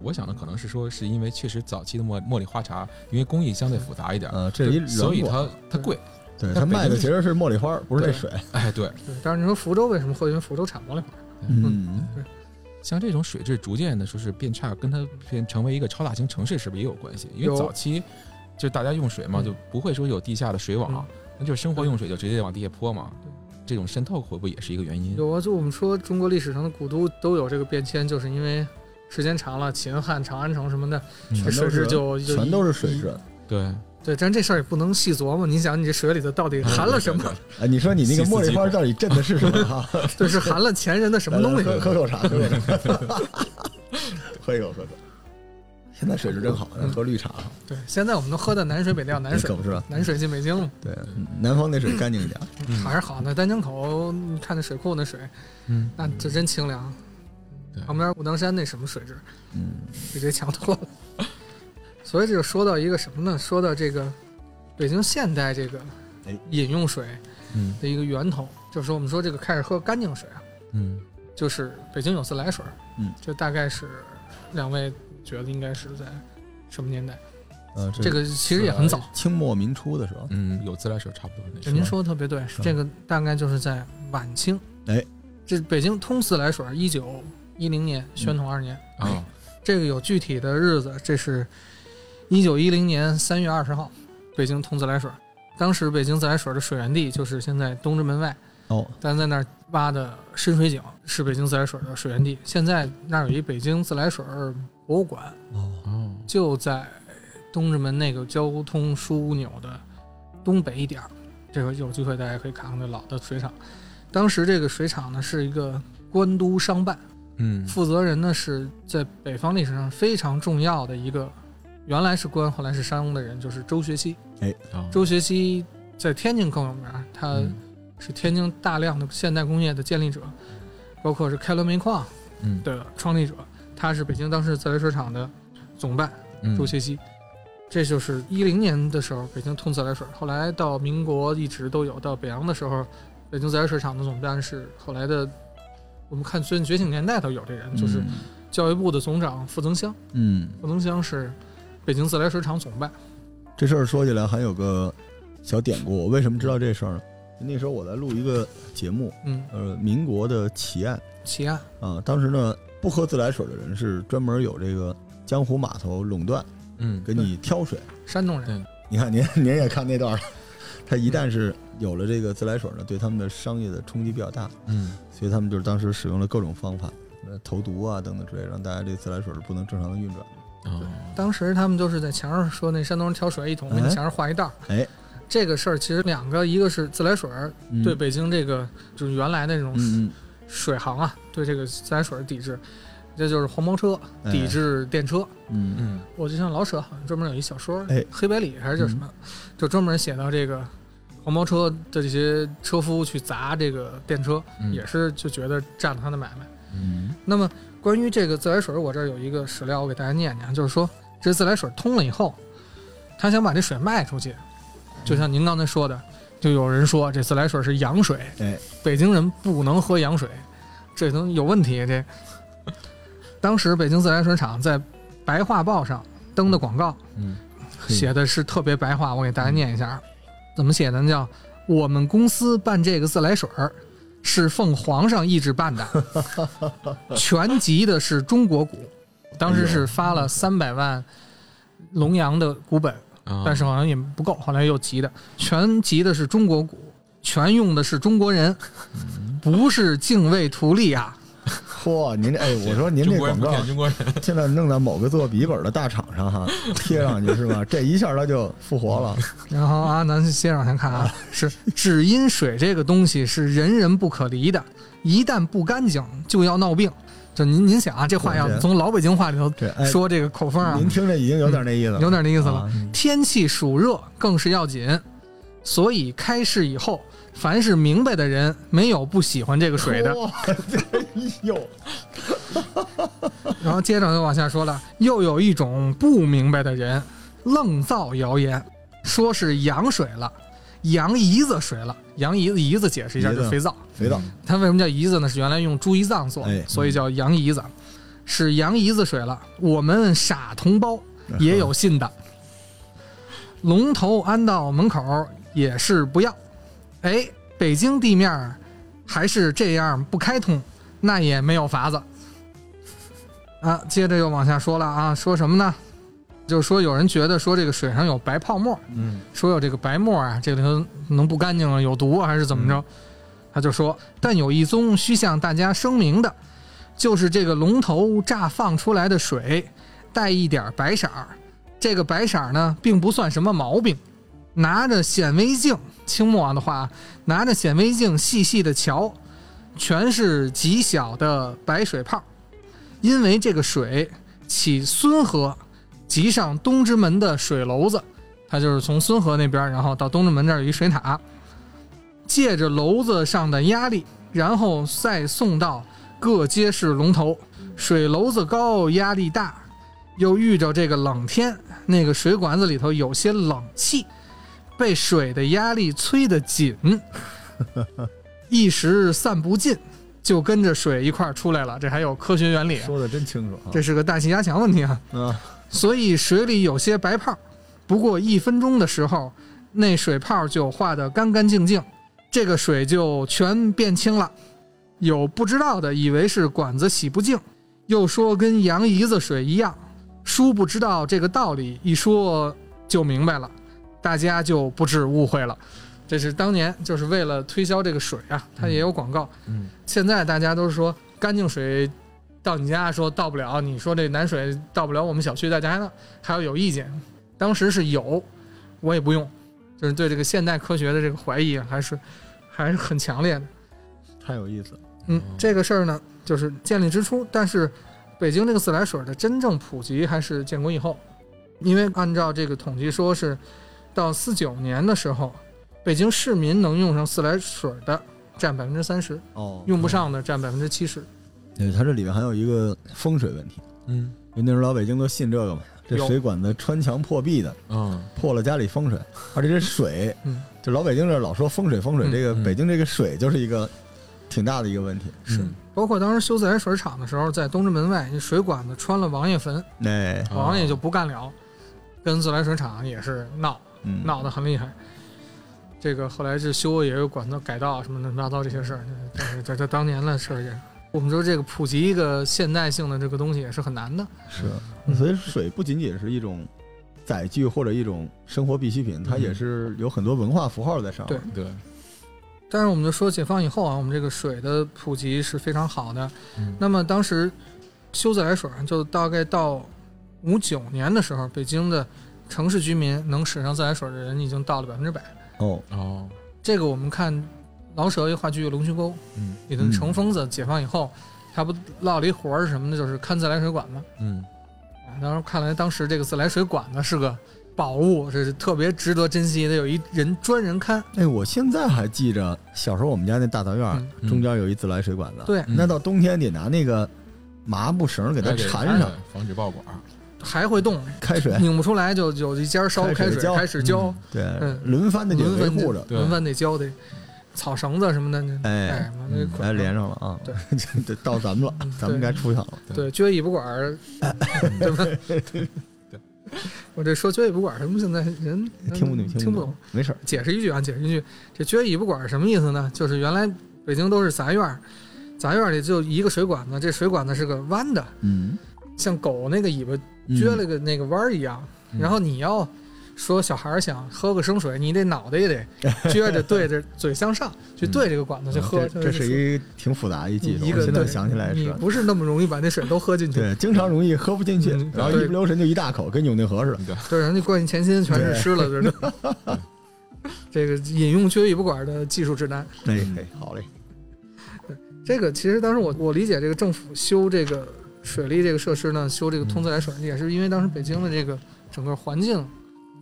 S3: 我想的可能是说，是因为确实早期的茉茉莉花茶，因为工艺相对复杂一点，
S1: 呃，这是一
S3: 所以
S1: 软果，
S3: 它它贵。
S1: 对
S3: 它
S1: 它
S3: 北
S1: 卖的
S3: 京
S1: 其实是茉莉花，不是那
S2: 对
S1: 水。
S3: 哎，对，
S2: 对，但是你说福州为什么喝？因为福州产茉莉花。
S1: 嗯，
S3: 像这种水质逐渐的说是变差，跟它变成为一个超大型城市是不是也有关系？因为
S2: 有
S3: 早期就大家用水嘛，
S2: 嗯
S3: 就不会说有地下的水网
S2: 嗯，
S3: 那就是生活用水就直接往地下泼嘛。这种渗透会不会也是一个原
S1: 嗯
S3: 因？
S2: 有啊，就我们说中国历史上的古都都有这个变迁，就是因为时间长了，秦汉、长安城什么的，
S1: 嗯全
S2: 这
S1: 都
S2: 水
S1: 是
S2: 质就就
S1: 全都是水
S2: 一
S1: 质。
S3: 对，
S2: 对，但这事儿也不能细琢磨。你想，你这水里头到底
S1: 嗯
S2: 含了什么？
S1: 哎，你说你那个茉莉花到底镇的是什么啊？
S2: 对，是含了 前人的什么
S1: 来来 喝
S2: 东 西？
S1: 喝口茶，喝口茶，喝一口，喝口。现在水质真好，咱喝绿茶。啊
S2: 对，现在我们都喝的南水北调，嗯南
S1: 这
S2: 水
S1: 梗是吧？
S2: 南水进北京了，
S1: 对，嗯南方那水干净一点。
S3: 嗯
S2: 还是好的。丹江口，你看那水库那水，
S3: 嗯，
S2: 那这真清凉
S3: 对。
S2: 旁边武当山那什么水质，
S1: 嗯，
S2: 比这强多了。所以这就说到一个什么呢？说到这个北京现代这个
S1: 哎
S2: 饮用水
S3: 嗯
S2: 的一个源头，就是说我们说这个开始喝干净水啊，
S3: 嗯，
S2: 就是北京有自来水，
S1: 嗯，
S2: 这大概是两位觉得应该是在什么年代？
S1: 呃，
S2: 嗯这个其实也很早，
S1: 清末民初的时候，
S3: 嗯，有自来水差不多那哦
S2: 对
S3: 时候。
S2: 您说的特别对，这个大概就是在晚清。
S1: 哎，
S2: 这北京通自来水，一九一零
S1: 嗯
S2: 年，宣统二年，
S3: 啊，
S2: 这个有具体的日子，这是一九一零年三月二十号，北京通自来水。当时北京自来水的水源地就是现在东直门外，
S1: 哦，
S2: 但在那儿挖的深水井是北京自来水的水源地。现在那儿有一北京自来水博物馆，
S1: 哦，
S3: 哦，
S2: 就在东直门那个交通枢纽的东北一点儿。这个有机会大家可以看看那老的水厂。当时这个水厂呢是一个官督商办，
S3: 嗯，
S2: 负责人呢是在北方历史上非常重要的一个，原来是官，后来是商的人，就是周学熙。
S1: 哎
S3: 啊
S2: 周学熙在天津更有名儿，他
S3: 嗯
S2: 是天津大量的现代工业的建立者，包括是开滦煤矿
S3: 嗯
S2: 的创立者。他是北京当时自来水厂的总办
S3: 嗯
S2: 周学熙。这就是一零年的时候，北京通自来水，后来到民国一直都有，到北洋的时候，北京自来水厂的总办是后来的，我们看《孙觉醒年代》都有这人，就是教育部的总长傅增湘，
S1: 嗯，
S2: 傅增湘是北京自来水厂总办。
S1: 这事儿说起来还有个小典故，我为什么知道这事儿呢？那时候我在录一个节目，
S2: 嗯，
S1: 呃，民国的奇案
S2: 奇案，
S1: 啊，当时呢，不喝自来水的人是专门有这个江湖码头垄断，
S3: 嗯
S1: 给你挑水。
S2: 山东人，
S1: 你看您您也看那段了，他一旦是有了这个自来水呢，对他们的商业的冲击比较大，
S3: 嗯
S1: 所以他们就是当时使用了各种方法，呃，投毒啊等等之类，让大家这个自来水是不能正常的运转。
S3: 啊
S2: 当时他们就是在墙上说那山东人挑水一桶，
S1: 哎
S2: 给你墙上画一道。
S1: 哎，
S2: 这个事儿其实两个，一个是自来水儿
S1: 嗯
S2: 对北京这个就是原来那种
S1: 嗯
S2: 水行啊，对这个自来水儿抵制，这就是黄包车
S1: 哎
S2: 嗯抵制电车。
S1: 嗯嗯
S3: 嗯
S2: 我就像老舍好像专门有一小说，
S1: 哎嗯
S2: 黑白里还是叫什么，就专门写到这个黄包车的这些车夫去砸这个电车，
S3: 嗯
S2: 也是就觉得占了他的买卖。
S1: 嗯
S2: 那么关于这个自来水，我这儿有一个史料，我给大家念念啊，就是说这自来水通了以后，他想把这水卖出去，就像您刚才说的，就有人说这自来水是洋水，
S1: 哎，
S2: 北京人不能喝洋水，这能有问题啊这。 当时北京自来水厂在白话报上登的广告，
S3: 嗯
S1: 嘿
S2: 写的是特别白话，我给大家念一下，啊，怎么写的呢？叫我们公司办这个自来水儿，是奉皇上意志办的，全集的是中国股，当时是发了三百万龙阳的股本，
S3: 啊，
S2: 但是好像也不够，后来又集的，全集的是中国股，全用的是中国人，不是敬畏图利啊。
S1: 嚯，您这 哎，我说您这
S3: 中国人
S1: 广
S3: 不
S1: 告
S3: 骗中国人，
S1: 现在弄到某个做笔记本的大厂商哈，贴上去是吧？这一下他就复活了。
S2: 然后啊，咱接着往下看啊，是只因水这个东西是人人不可离的，一旦不干净就要闹病。就您您想啊，这话
S1: 我
S2: 要
S1: 这
S2: 从老北京话里头
S1: 这哎，
S2: 说这个口风啊，
S1: 您听着已经有点那意思了，
S2: 有点那意思了。
S1: 啊
S2: 天气暑热更是要紧，所以开市以后，凡是明白的人，没有不喜欢这个水的。
S1: 嚯哎呦，
S2: 然后接着又往下说了，又有一种不明白的人，愣造谣言，说是羊水了，羊胰子水了。羊胰子胰子解释一
S1: 胰
S2: 下，
S1: 子
S2: 就是肥皂。
S1: 肥皂，
S2: 它为什么叫胰子呢？是原来用猪胰脏做的
S1: 哎，
S2: 所以叫羊胰子，是羊胰子水了。我们傻同胞也有信的，龙头安到门口也是不要。哎，北京地面儿还是这样不开通，那也没有法子。啊，接着又往下说了啊，说什么呢？就是说有人觉得说这个水上有白泡沫，
S3: 嗯
S2: 说有这个白沫啊，这里头能不干净啊，有毒啊，还是怎么着？他就说，但有一宗需向大家声明的，就是这个龙头炸放出来的水带一点白色儿，这个白色儿呢，并不算什么毛病。拿着显微镜，清末的话，拿着显微镜细细的瞧，全是极小的白水泡，因为这个水起孙河即上东直门的水楼子，它就是从孙河那边，然后到东直门这儿有一水塔，借着楼子上的压力，然后再送到各街市龙头。水楼子高，压力大，又遇着这个冷天，那个水管子里头有些冷气，被水的压力催得紧，一时散不尽，就跟着水一块儿出来了。这还有科学原理啊，
S1: 说的真清楚啊。
S2: 这是个大气压强问题啊。
S1: 啊，
S2: 所以水里有些白泡，不过一分钟的时候，那水泡就化得干干净净，这个水就全变清了。有不知道的以为是管子洗不净，又说跟羊胰子水一样，殊不知道这个道理，一说就明白了，大家就不致误会了。这是当年就是为了推销这个水啊，它也有广告。
S3: 嗯，
S2: 现在大家都说干净水到你家说到不了，你说这南水到不了我们小区，大家呢还要有意见。当时是有，我也不用，就是对这个现代科学的这个怀疑啊还是 还是很强烈的。
S1: 太有意思了。
S2: 嗯
S3: 哦，
S2: 这个事儿呢，就是建立之初，但是北京这个自来水的真正普及还是建国以后，因为按照这个统计说是到四九年的时候，北京市民能用上自来水的占百分之三十，
S1: 哦，嗯
S2: 用不上的占百分之七十。
S1: 对，它这里面还有一个风水问题，
S3: 嗯
S1: 因为那时候老北京都信这个嘛，这
S2: 有
S1: 水管子穿墙破壁的，
S3: 嗯
S1: 破了家里风水，而且这水
S2: 嗯，
S1: 就老北京这老说风水风水，
S2: 嗯
S1: 这个
S3: 嗯
S1: 北京这个水就是一个挺大的一个问题。
S2: 是
S3: 嗯
S2: 包括当时修自来水厂的时候，在东直门外，那水管子穿了王爷坟，
S1: 哎，
S3: 哦
S2: 王爷就不干了，跟自来水厂也是闹
S1: 嗯，
S2: 闹得很厉害。这个后来是修也有管道改道什么乱七八糟这些事儿，但是在这当年的事儿也是，我们说这个普及一个现代性的这个东西也是很难的。
S1: 是，
S2: 嗯
S1: 所以水不仅仅是一种载具或者一种生活必需品，
S2: 嗯
S1: 它也是有很多文化符号在上面。
S3: 对，
S2: 但是我们就说解放以后啊，我们这个水的普及是非常好的。
S3: 嗯
S2: 那么当时修自来水啊就大概到五九年的时候，北京的城市居民能使上自来水的人已经到了百分之百。
S1: 哦，
S3: 哦
S2: 这个我们看老舍一话剧《龙须沟》
S3: 嗯
S2: 里头程疯子解放以后，他不落了一活儿是什么呢？就是看自来水管吗？
S3: 嗯
S2: 啊，当然看来当时这个自来水管呢是个宝物，这是特别值得珍惜的，有一人专人看。
S1: 哎，我现在还记着小时候我们家那大杂院儿
S2: 嗯
S3: 嗯
S1: 中间有一自来水管子，
S2: 对
S3: 嗯
S1: 那到冬天得拿那个麻布绳给它
S3: 哎
S1: 缠上，，
S3: 防止爆管。
S2: 还会动，
S1: 开水，
S2: 拧不出来就有一家烧
S1: 开
S2: 开
S1: 水
S2: 水
S1: 浇
S2: 开始浇，
S1: 对，
S2: 嗯
S1: 轮番的给
S2: 轮
S1: 维
S2: 番
S1: 护着，
S3: 对
S2: 轮番得浇得草绳子什么的，那
S1: 哎
S2: 哎，往那
S1: 嗯
S2: 捆
S1: 哎，
S2: 上
S1: 连上了啊，
S2: 对
S1: 这这到咱们了
S2: 嗯，
S1: 咱们该出场了。
S2: 对撅尾巴 管儿，对吧？我这说撅尾巴管儿，什么现在人
S1: 听不懂，
S2: 嗯听
S1: 不
S2: 懂。，
S1: 没事儿。
S2: 解释一句啊，解释一句，这撅尾巴管儿什么意思呢？就是原来北京都是杂院儿，杂院儿里就一个水管子，这水管子是个弯的，
S1: 嗯，
S2: 像狗那个尾巴
S1: 嗯
S2: 撅了个那个弯儿一样。
S3: 嗯
S2: 然后你要说小孩儿想喝个生水，你得脑袋也得撅着对着嘴向上去对这个管子去喝。
S1: 嗯这这
S2: 就是嗯
S1: 一挺复杂一技术，
S2: 一
S1: 我
S2: 个
S1: 现在
S2: 对
S1: 想起来
S2: 你
S1: 是。
S2: 不是那么容易把那水都喝进去，
S1: 对，经常容易喝不进去，
S2: 嗯
S1: 然后一
S2: 对
S1: 不留神就一大口，跟永定河似的。
S2: 对，人家灌进前心全是湿了， 就是。这个引用撅尾巴管儿的技术指南。
S1: 哎
S3: 嗯
S1: 哎，好嘞，
S2: 这个其实当时我我理解这个政府修这个水利这个设施呢，修这个通自来水，也是因为当时北京的这个整个环境，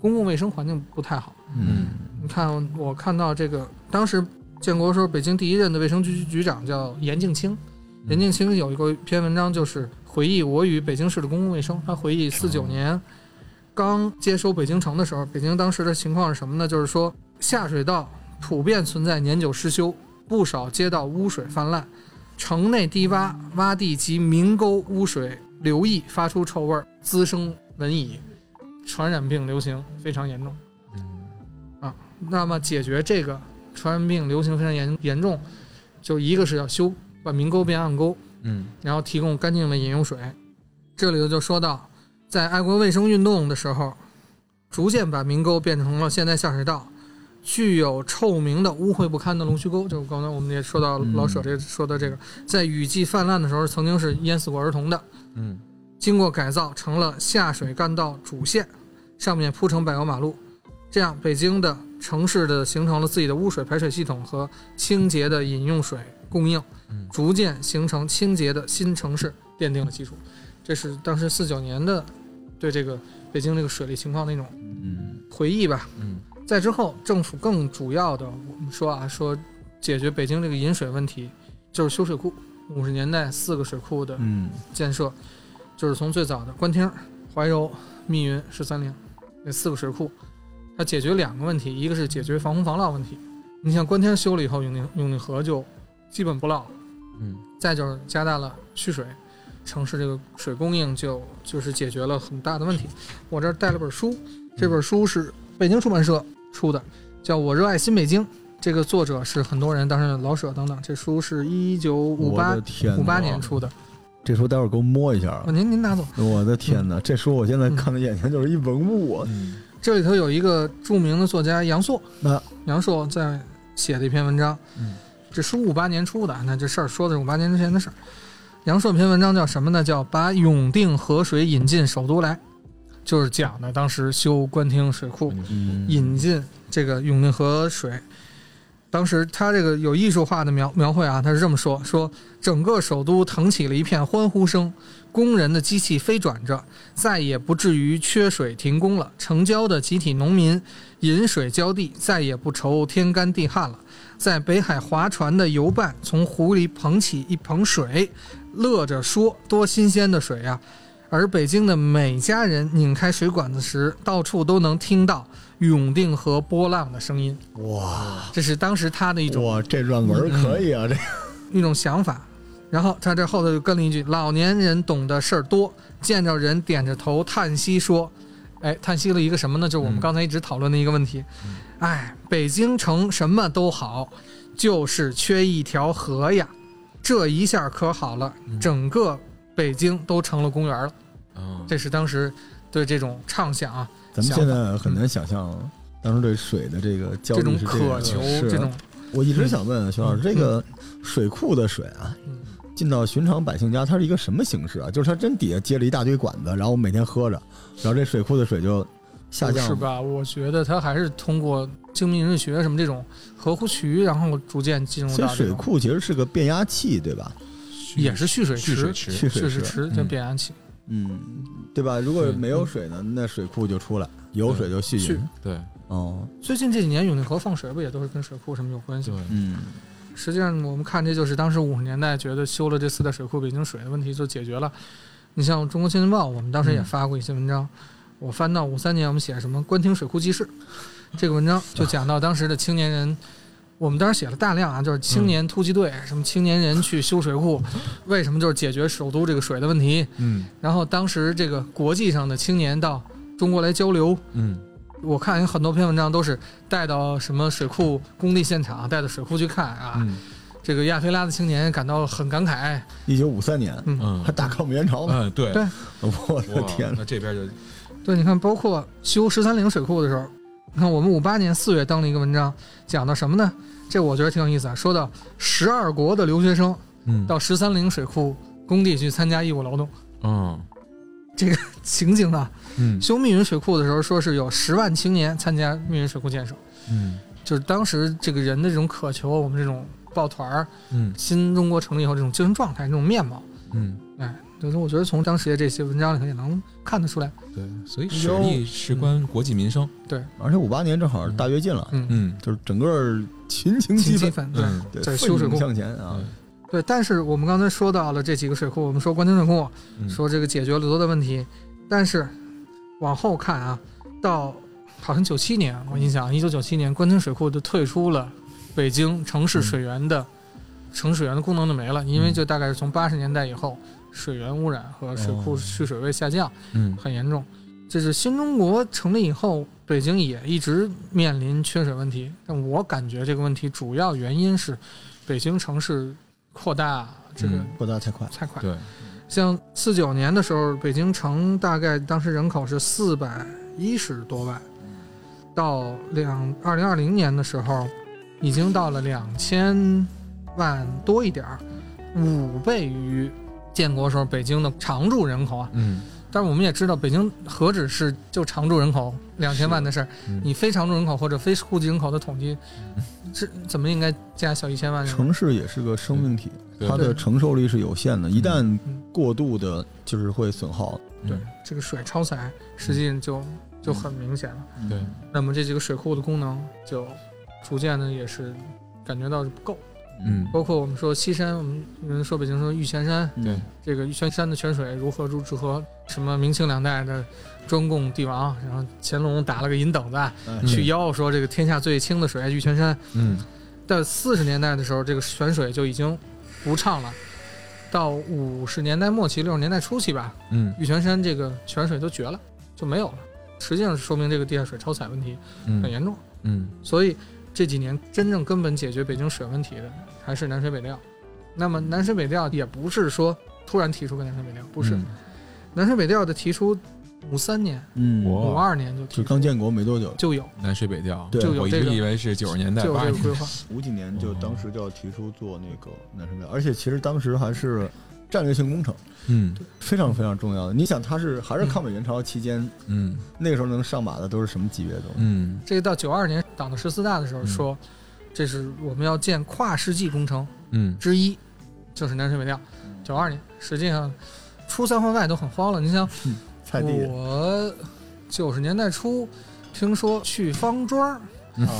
S2: 公共卫生环境不太好。
S1: 嗯
S2: 你看，我看到这个当时建国的时候，北京第一任的卫生局局长叫严敬清，严敬清有一个篇文章就是回忆我与北京市的公共卫生，他回忆四九年刚接收北京城的时候，北京当时的情况是什么呢？就是说下水道普遍存在年久失修，不少街道污水泛滥，城内低洼洼地及明沟污水流溢，发出臭味儿，滋生蚊蚁，传染病流行非常严重。
S3: 嗯
S2: 那么解决这个传染病流行非常严严重，就一个是要修，把明沟变暗沟，
S3: 嗯
S2: 然后提供干净的饮用水。这里头就说到，在爱国卫生运动的时候，逐渐把明沟变成了现代下水道，具有臭名的污秽不堪的龙须沟，就是刚才我们也说到
S1: 嗯
S2: 老舍这说的这个，在雨季泛滥的时候，曾经是淹死过儿童的。
S3: 嗯
S2: 经过改造成了下水干道主线，上面铺成柏油马路，这样北京的城市的形成了自己的污水排水系统和清洁的饮用水供应
S3: 嗯，
S2: 逐渐形成清洁的新城市，奠定了基础。这是当时四九年的对这个北京这个水利情况的一种
S1: 嗯
S2: 回忆吧。
S3: 嗯
S2: 在之后，政府更主要的，我们说啊，说解决北京这个饮水问题，就是修水库。五十年代四个水库的
S1: 嗯
S2: 建设，就是从最早的官厅、怀柔、密云、十三陵这四个水库，它解决两个问题，一个是解决防洪防涝问题。你像官厅修了以后，永定永定河就基本不涝了。
S3: 嗯
S2: 再就是加大了蓄水，城市这个水供应就就是解决了很大的问题。我这儿带了本书，这本书是北京出版社出的，叫《我热爱新北京》。这个作者是很多人，当然老舍等等。这书是一九五
S1: 我
S2: 八
S1: 的天哪
S2: 五八年出的，
S1: 这书待会儿给我摸一下啊
S2: 哦，！您您拿走。
S1: 我的天哪，这书我现在看的眼前就是一文物啊！
S3: 嗯
S2: 这里头有一个著名的作家杨朔，
S1: 那
S2: 杨朔在写的一篇文章，
S3: 嗯
S2: 这书五八年出的，那这事儿说的是五八年之前的事儿。杨朔篇文章叫什么呢？叫“把永定河水引进首都来”，就是讲的当时修官厅水库，
S1: 嗯
S2: 引进这个永定河水。当时他这个有艺术化的描描绘啊，他是这么说：说整个首都腾起了一片欢呼声，工人的机器飞转着，再也不至于缺水停工了。城郊的集体农民饮水浇地，再也不愁天干地旱了。在北海划船的游伴从湖里捧起一捧水，乐着说：“多新鲜的水啊呀、而北京的每家人拧开水管子时，到处都能听到永定河波浪的声音。
S1: 哇
S2: 这是当时他的一种
S1: 哇，这软文可以
S2: 嗯
S1: 啊！这
S2: 一种想法。然后他这后头就跟了一句：“老年人懂的事儿多，见着人点着头叹息说，哎，叹息了一个什么呢？就是我
S3: 嗯
S2: 们刚才一直讨论的一个问题。
S1: 嗯
S2: 哎，北京城什么都好，就是缺一条河呀。这一下可好了，
S3: 嗯
S2: 整个北京都成了公园了。
S3: 啊
S2: 这是当时对这种畅想啊，
S1: 咱们现在很难想象当时对水的这个焦
S2: 这种
S1: 虑是这
S2: 渴
S1: 个
S2: 求，
S1: 是啊
S2: 这种
S1: 我一直想问啊，熊老师，
S2: 嗯
S1: 这个水库的水啊
S2: 嗯，
S1: 进到寻常百姓家，它是一个什么形式啊？就是它真底下接了一大堆管子，然后我每天喝着，然后这水库的水就下
S2: 不是
S1: 降了。
S2: 吧？我觉得它还是通过精密人类学什么这种河湖渠，然后逐渐进入
S1: 所以
S2: 到这
S1: 水
S2: 种
S1: 库其实是个变压器，对吧？
S2: 也是蓄水
S3: 嗯蓄
S2: 池
S3: 水、池
S1: 蓄
S2: 蓄
S1: 水
S2: 水
S1: 池，
S2: 池叫变压器。
S1: 嗯，对吧？如果没
S2: 嗯
S1: 有水呢，那水库就出来，有水就蓄
S2: 蓄
S1: 进。
S3: 对
S1: 哦，
S2: 最近这几年永定河放水不也都是跟水库什么有关系
S3: 对
S2: 吗？
S1: 嗯
S2: 实际上我们看，这就是当时五十年代觉得修了这四大水库，北京水的问题就解决了。你像《中国新闻报》，我们当时也发过一些文章，我翻到五三年，我们写什么“官厅水库记事”这个文章，就讲到当时的青年人。我们当时写了大量啊，就是青年突击队，什么青年人去修水库，为什么就是解决首都这个水的问题。
S3: 嗯
S2: 然后当时这个国际上的青年到中国来交流，
S3: 嗯
S2: 我看有很多篇文章都是带到什么水库工地现场，带到水库去看啊，
S3: 嗯
S2: 这个亚非拉的青年感到很感慨，
S1: 一九五三年
S2: 嗯，
S3: 嗯
S1: 还大抗美援朝呢，
S3: 嗯对
S2: 对
S1: 我的
S3: 哇
S1: 天
S3: 那这边就
S2: 对，你看，包括修十三陵水库的时候，你看我们五八年四月登了一个文章，讲到什么呢？这我觉得挺有意思啊，说到十二国的留学生
S3: 嗯
S2: 到十三陵水库工地去参加义务劳动，
S3: 嗯
S2: 情景啊，
S3: 嗯
S2: 修密云水库的时候，说是有十万青年参加密云水库建设，
S3: 嗯
S2: 就是当时这个人的这种渴求，我们这种抱团儿，
S3: 嗯
S2: 新中国成立以后这种精神状态、这种面貌，
S3: 嗯
S2: 哎，就是我觉得从当时的这些文章里头也能看得出来，
S3: 对，所以水利事
S2: 嗯
S3: 关国计民生，
S1: 而且五八年正好是大跃进了，
S2: 嗯，
S3: 嗯
S1: 就是整个群情
S2: 挺
S1: 激
S2: 激
S1: 愤，
S2: 愤，对。
S3: 嗯
S1: 对，
S2: 在
S1: 奋
S2: 修水
S1: 勇
S2: 库
S1: 向前啊，
S2: 对，但是我们刚才说到了这几个水库，我们说官厅水库，
S3: 嗯
S2: 说这个解决了多大问题，但是往后看啊，到好像九七年，我印象一九九七年，官厅水库就退出了北京城市水源的、城水源的功能就没了，因为
S3: 嗯
S2: 就大概是从八十年代以后，水源污染和水库
S3: 哦
S2: 蓄水位下降
S3: 嗯
S2: 很严重。这是新中国成立以后，北京也一直面临缺水问题，但我感觉这个问题主要原因是北京城市扩大这个
S3: 嗯
S1: 扩大太快，
S2: 太快。
S3: 对
S2: 像四九年的时候，北京城大概当时人口是四百一十多万，到两二零二零年的时候，已经到了两千万多一点儿，五倍于建国时候北京的常住人口啊。
S3: 嗯
S2: 但是我们也知道，北京何止是就常住人口两千万的事儿，
S3: 嗯
S2: 你非常住人口或者非户籍人口的统计，这怎么应该加小一千万人口？
S1: 城市也是个生命体，
S3: 对
S1: 它的承受力是有限的，一旦
S2: 嗯
S1: 过度的，就是会损耗
S2: 对，
S3: 嗯
S2: 这个水超载实际就就很明显了。
S1: 嗯
S3: 对，
S2: 那么这几个水库的功能就逐渐的也是感觉到是不够，
S3: 嗯
S2: 包括我们说西山，我们有人说北京说玉泉山，
S3: 对
S2: 这个玉泉山的泉水如何如治和什么明清两代的专供帝王，然后乾隆打了个银等子啊
S1: 嗯
S2: 去邀说这个天下最清的水玉泉山，
S3: 嗯
S2: 到四十年代的时候，这个泉水就已经不畅了。到五十年代末期、六十年代初期吧，
S3: 嗯
S2: 玉泉山这个泉水都绝了，就没有了。实际上是说明这个地下水超采问题很
S3: 嗯
S2: 严重。
S3: 嗯
S2: 所以这几年真正根本解决北京水问题的还是南水北调。那
S3: 嗯
S2: 么南水北调也不是说突然提出个南水北调，不是、
S3: 嗯
S2: 南水北调的提出，五三年、
S1: 嗯，
S3: 我
S2: 五二年就
S1: 就
S2: 提出
S1: 刚建国没多久，
S2: 就有
S3: 南水北调，
S1: 对
S2: 就有
S3: 我一
S2: 这
S3: 直
S2: 个
S3: 以为是九十年代
S2: 就有
S3: 八
S2: 这
S3: 十
S2: 个
S3: 年
S2: 规
S3: 代，
S2: 划。
S1: 五几年就当时就要提出做那个南水北调，而且其实当时还是战略性工程，
S3: 嗯
S1: 非常非常重要的。你想，它是还是抗美援朝期间，
S3: 嗯
S1: 那个时候能上马的都是什么级别的东西？
S3: 嗯
S2: 这个到九二年党的十四大的时候说，这是我们要建跨世纪工程
S3: 嗯
S2: 之一，就是南水北调。九二年，实际上出三环外都很慌了。你想，
S1: 菜地
S2: 哦我九十年代初听说去方庄，
S3: 嗯
S1: 啊，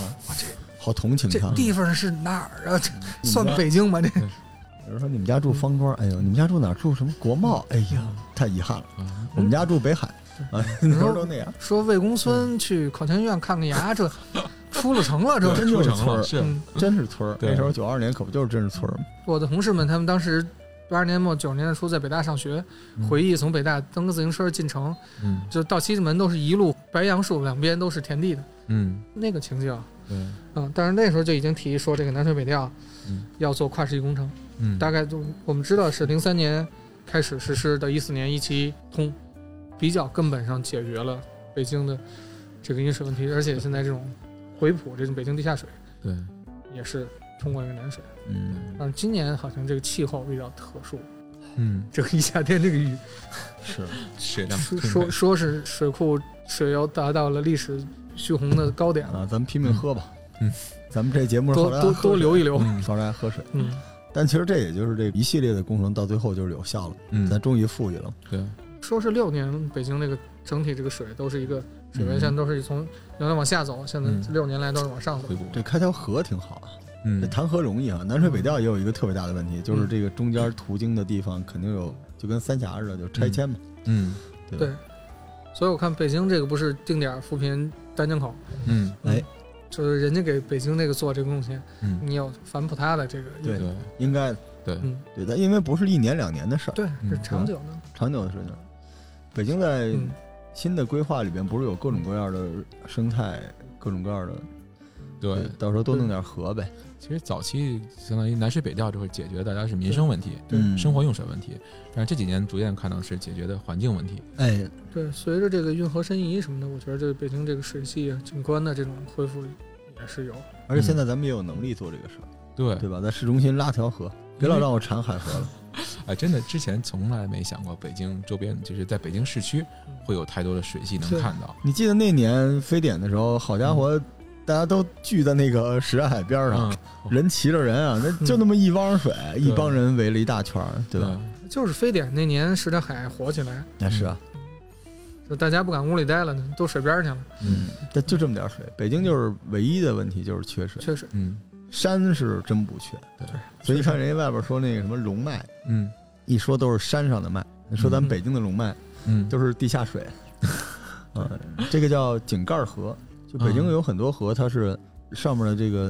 S1: 好同情
S2: 这
S1: 他。
S2: 地方是哪儿啊？这
S3: 嗯
S1: 你
S2: 算嗯
S1: 们家
S2: 北京吗？这
S1: 有人说你们家住方庄，哎呦，你们家住哪儿？住什么国贸？哎
S2: 嗯
S1: 呀，太遗憾了，
S3: 啊
S1: 我们家住北海，啊，那时候都那样，
S2: 说魏公孙去考前医院看个 牙，这出了城了，
S3: 对
S2: 这
S1: 真就是
S3: 出城
S1: 村儿
S3: 了，是
S2: 嗯，
S1: 真是村儿。
S3: 对
S1: 那时候九二年可不就是真是村儿吗？
S2: 我的同事们他们当时八十年末九十年代初在北大上学，回忆从北大蹬个自行车进城，
S3: 嗯
S2: 就到西直门都是一路白杨树，两边都是田地的
S3: 嗯
S2: 那个情景。
S3: 对
S2: 嗯，但是那时候就已经提议说这个南水北调
S3: 嗯
S2: 要做跨世纪工程，
S3: 嗯
S2: 大概就我们知道是零三年开始实施的，一四年一期通，比较根本上解决了北京的这个饮水问题，而且现在这种回浦这种北京地下水
S3: 对
S2: 也是通过这个南水。
S1: 嗯，
S2: 但是今年好像这个气候比较特殊，
S3: 嗯
S2: 这个一夏天这个雨，
S1: 是
S3: 水量
S2: 说说说是水库水油达到了历史蓄洪的高点了，
S1: 啊，咱们拼命喝吧。
S3: 嗯，
S1: 咱们这节目是后
S2: 多
S1: 来
S2: 多
S1: 喝
S2: 多
S1: 水
S2: 留一留。
S3: 嗯
S1: 少来喝水。
S2: 嗯，
S1: 但其实这也就是这一系列的工程到最后就是有效了，咱
S3: 嗯
S1: 终于富裕了。
S3: 对
S2: 说是六年北京那个整体这个水都是一个水位，现在都是从原来往下走，现在
S3: 嗯
S2: 六年来都是往上走
S3: 回。补
S1: 这开条河挺好啊，这
S3: 嗯
S1: 谈河容易啊。南水北调也有一个特别大的问题，就是这个中间途经的地方肯定有，就跟三峡似的，就拆迁嘛。
S3: 嗯
S1: 对
S2: 对，所以我看北京这个不是定点扶贫单江口，
S3: 嗯
S1: 哎，
S2: 就是人家给北京那个做这个贡献，
S3: 嗯
S2: 你有反哺他的这个，
S1: 对
S3: 对
S1: 应该
S3: 对
S2: 嗯，
S1: 对，但因为不是一年两年的事儿，
S2: 对，
S3: 嗯
S2: 是长久的，
S1: 长久的事情。北京在
S2: 嗯，
S1: 新的规划里边，不是有各种各样的生态，各种各样的，
S3: 对，
S1: 到时候多弄点河呗。
S3: 其实早期相当于南水北调就会解决大家是民生问题，
S1: 对嗯
S3: 生活用水问题，但是这几年逐渐看到是解决的环境问题。
S1: 哎，
S2: 对，随着这个运河申遗什么的，我觉得这个北京这个水系景观的这种恢复也是有，
S1: 而且现在咱们也有能力做这个事儿，
S3: 嗯对，嗯
S1: 对吧？在市中心拉条河，别老
S3: 因为
S1: 让我馋海河了。
S3: 哎，真的之前从来没想过北京周边，就是在北京市区会有太多的水系能
S2: 对
S3: 看到。
S1: 你记得那年非典的时候，好家伙，大家都聚在那个什刹海边上，
S3: 嗯，
S1: 人骑着人啊，那就那么一汪水，一帮人围了一大圈儿，嗯对吧？
S2: 就是非典那年什刹海火起来，
S1: 那是啊，
S2: 就大家不敢屋里待了，都水边儿去了，
S1: 嗯，但就这么点儿水，北京就是唯一的问题就是缺水，
S2: 确实，
S3: 嗯
S1: 山是真不缺。
S3: 对，
S1: 所以你看人家外边说那个什么龙脉，
S3: 嗯
S1: 一说都是山上的脉，说咱们北京的龙脉
S3: 嗯，
S1: 都是地下水，嗯，这个叫井盖河，就北京
S3: 嗯
S1: 有很多河，它是上面的这个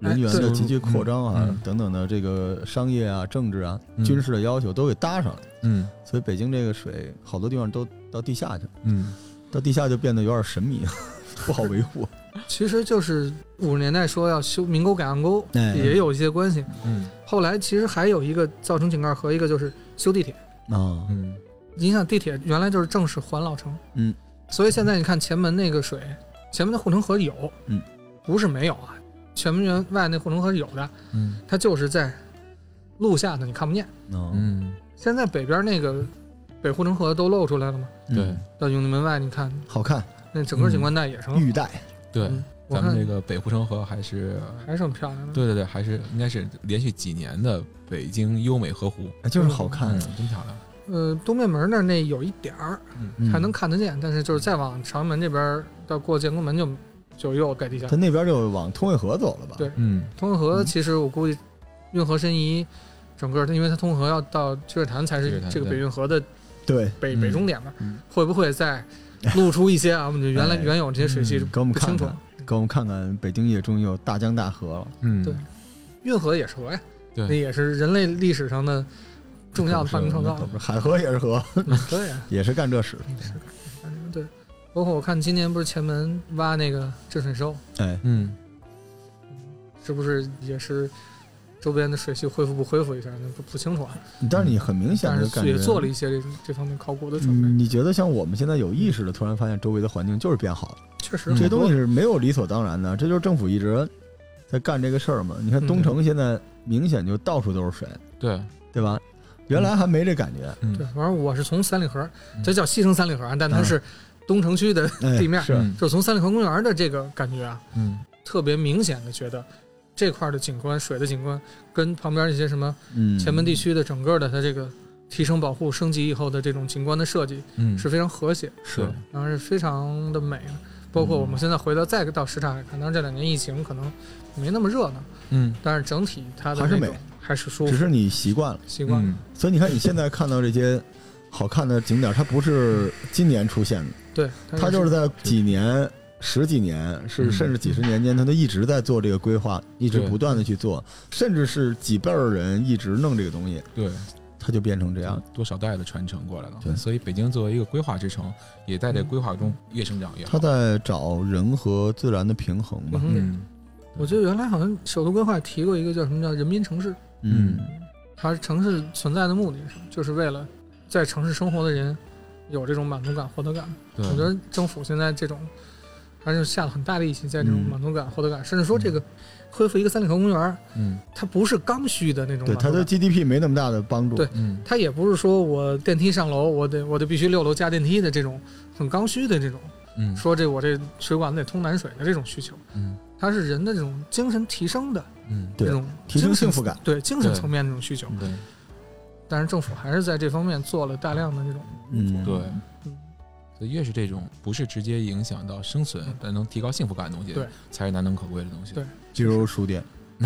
S1: 人员
S2: 哎
S1: 的
S2: 对
S1: 急剧扩张啊，
S3: 嗯嗯
S1: 等等的这个商业啊、政治啊、
S3: 嗯
S1: 军事的要求都给搭上了，
S3: 嗯
S1: 所以北京这个水好多地方都到地下去了，
S3: 嗯
S1: 到地下就变得有点神秘， 不好维护。
S2: 其实就是五十年代说要修明沟改暗沟，
S1: 哎
S2: 也有一些关系。
S3: 嗯
S2: 后来其实还有一个造成井盖河，一个就是修地铁。
S1: 啊，
S3: 嗯
S2: 你想地铁原来就是正式环老城，
S1: 嗯，
S2: 所以现在你看前门那个水，前门的护城河有，
S1: 嗯，
S2: 不是没有啊，前门员外那护城河是有的，
S3: 嗯
S2: 它就是在路下的，你看不见。
S1: 嗯，
S3: 嗯，
S2: 现在北边那个北护城河都露出来了嘛，
S3: 对
S2: 到永定门外你看
S1: 嗯好看，
S2: 那整个景观带也成了，
S1: 玉带，
S3: 对，
S2: 嗯
S3: 嗯
S2: 我
S3: 咱们
S2: 看
S3: 这个北护城河还是，
S2: 还是很漂亮的。
S3: 对对对，还是应该是连续几年的北京优美河湖，
S1: 哎就是好看
S3: 嗯
S1: 啊。，
S3: 真漂亮。
S2: 呃东面门那儿那有一点儿
S1: 嗯
S2: 还能看得见，但是就是再往朝阳门这边儿到过建国门就就又改地下
S1: 他。那边就往通惠河走了吧？
S2: 对
S3: 嗯
S2: 通惠河其实我估计运河申遗。整个，它因为它通惠河要到积水潭才
S3: 积水
S2: 是
S3: 潭
S2: 这个
S3: 对
S2: 北运河的
S1: 对，
S2: 北
S3: 嗯
S2: 北终点嘛
S1: 嗯，
S2: 会不会再露出一些啊？我们就原来
S1: 哎
S2: 原有这些水系
S3: 嗯
S1: 给我们
S2: 不
S1: 看
S2: 清楚
S1: 看，，给我们看看北京夜中有大江大河了。
S3: 嗯，
S2: 对运河也是河呀，
S3: 对
S2: 那也是人类历史上的重要的发 明创造
S1: 可。不是海河也是河，
S2: 对呀，
S1: 也是干这事。
S2: 反正对，包括我看今年不是前门挖那个治水收，
S1: 哎，
S3: 嗯，
S2: 是不是也是周边的水系恢复不恢复一下，那不不清楚啊。
S1: 但是你很明显
S2: 但
S1: 的
S2: 是
S1: 感
S2: 也
S1: 觉，
S2: 做了一些这种这方面考古的准备，
S1: 嗯你觉得像我们现在有意识的突然发现周围的环境就是变好了，
S2: 确实
S1: 这
S3: 嗯
S2: 好
S1: 些
S2: 多
S1: 东西是没有理所当然的，这就是政府一直在干这个事儿嘛。你看东城现在明显就到处都是水，
S3: 对，
S1: 对吧？原来还没这感觉，
S2: 对
S3: 嗯，，
S2: 反正我是从三里河，
S3: 嗯
S2: 这叫西城三里河啊，但它
S1: 嗯
S2: 是东城区的，
S1: 哎
S2: 地面
S1: 是
S3: 嗯
S2: 啊就是从三里河公园的这个感觉啊，
S3: 嗯
S2: 特别明显的觉得这块儿的景观、水的景观跟旁边一些什么
S1: 嗯，
S2: 前门地区的整个的它这个提升、保护、升级以后的这种景观的设计
S3: 嗯，
S2: 是非常和谐，
S1: 是
S3: 对
S2: 然后是非常的美的。包括我
S1: 嗯
S2: 们现在回到再到什刹海看，当然这两年疫情可能没那么热闹，
S3: 嗯
S2: 但是整体它的
S1: 还是
S2: 那种
S1: 美，
S2: 还是舒
S1: 只
S2: 服
S1: 是你习惯了。
S2: 习惯了。
S3: 嗯
S1: 所以你看，你现在看到这些好看的景点，它不是今年出现的，
S2: 对，
S1: 它就是在几年、十几年，是
S3: 嗯
S1: 甚至几十年间，它都一直在做这个规划，一直
S3: 对
S1: 不断的去做，甚至是几辈儿人一直弄这个东西，
S3: 对，
S1: 它就变成这
S3: 这
S1: 样
S3: 样。多少代的传承过来
S1: 啊对嗯
S3: 了，所以北京作为一个规划之城，也在这规划中越生长越
S1: 它
S3: 好。
S1: 在找人和自然的平衡吧。
S2: 嗯
S3: 嗯
S2: 我记得原来好像首都规划提过一个叫什么叫人民城市，
S1: 嗯，
S2: 它是城市存在的目的是什么就是为了在城市生活的人有这种满足感、获得感。
S3: 对，
S2: 我觉得政府现在这种还是下了很大力气，在这种
S1: 嗯
S2: 满足感、获得感，甚至说这个恢复一个三里河公园，
S3: 嗯
S2: 它不是刚需的那种
S1: 对，
S2: 满
S1: 它
S2: 足
S1: 对
S2: 感。
S1: GDP 没那么大的帮助。
S2: 对
S3: 嗯
S2: 它也不是说我电梯上楼，我得我得必须六楼加电梯的这种很刚需的这种，
S3: 嗯
S2: 说这我这水管子得通南水的这种需求，
S3: 嗯
S2: 它是人的这种精神提升的
S3: 嗯，
S1: 对
S2: 这种
S1: 提升嗯
S2: 精神
S1: 幸福感，
S2: 对精神
S3: 对
S2: 层面的这种需求。
S3: 对
S2: 但是政府还是在这方面做了大量的这种，
S1: 嗯，
S3: 对。
S2: 嗯，
S3: 所以越是这种不是直接影响到生存
S2: 嗯，
S3: 但能提高幸福感的东西，
S2: 对，
S3: 才是难能可贵的东西。
S2: 对
S1: 比如书店，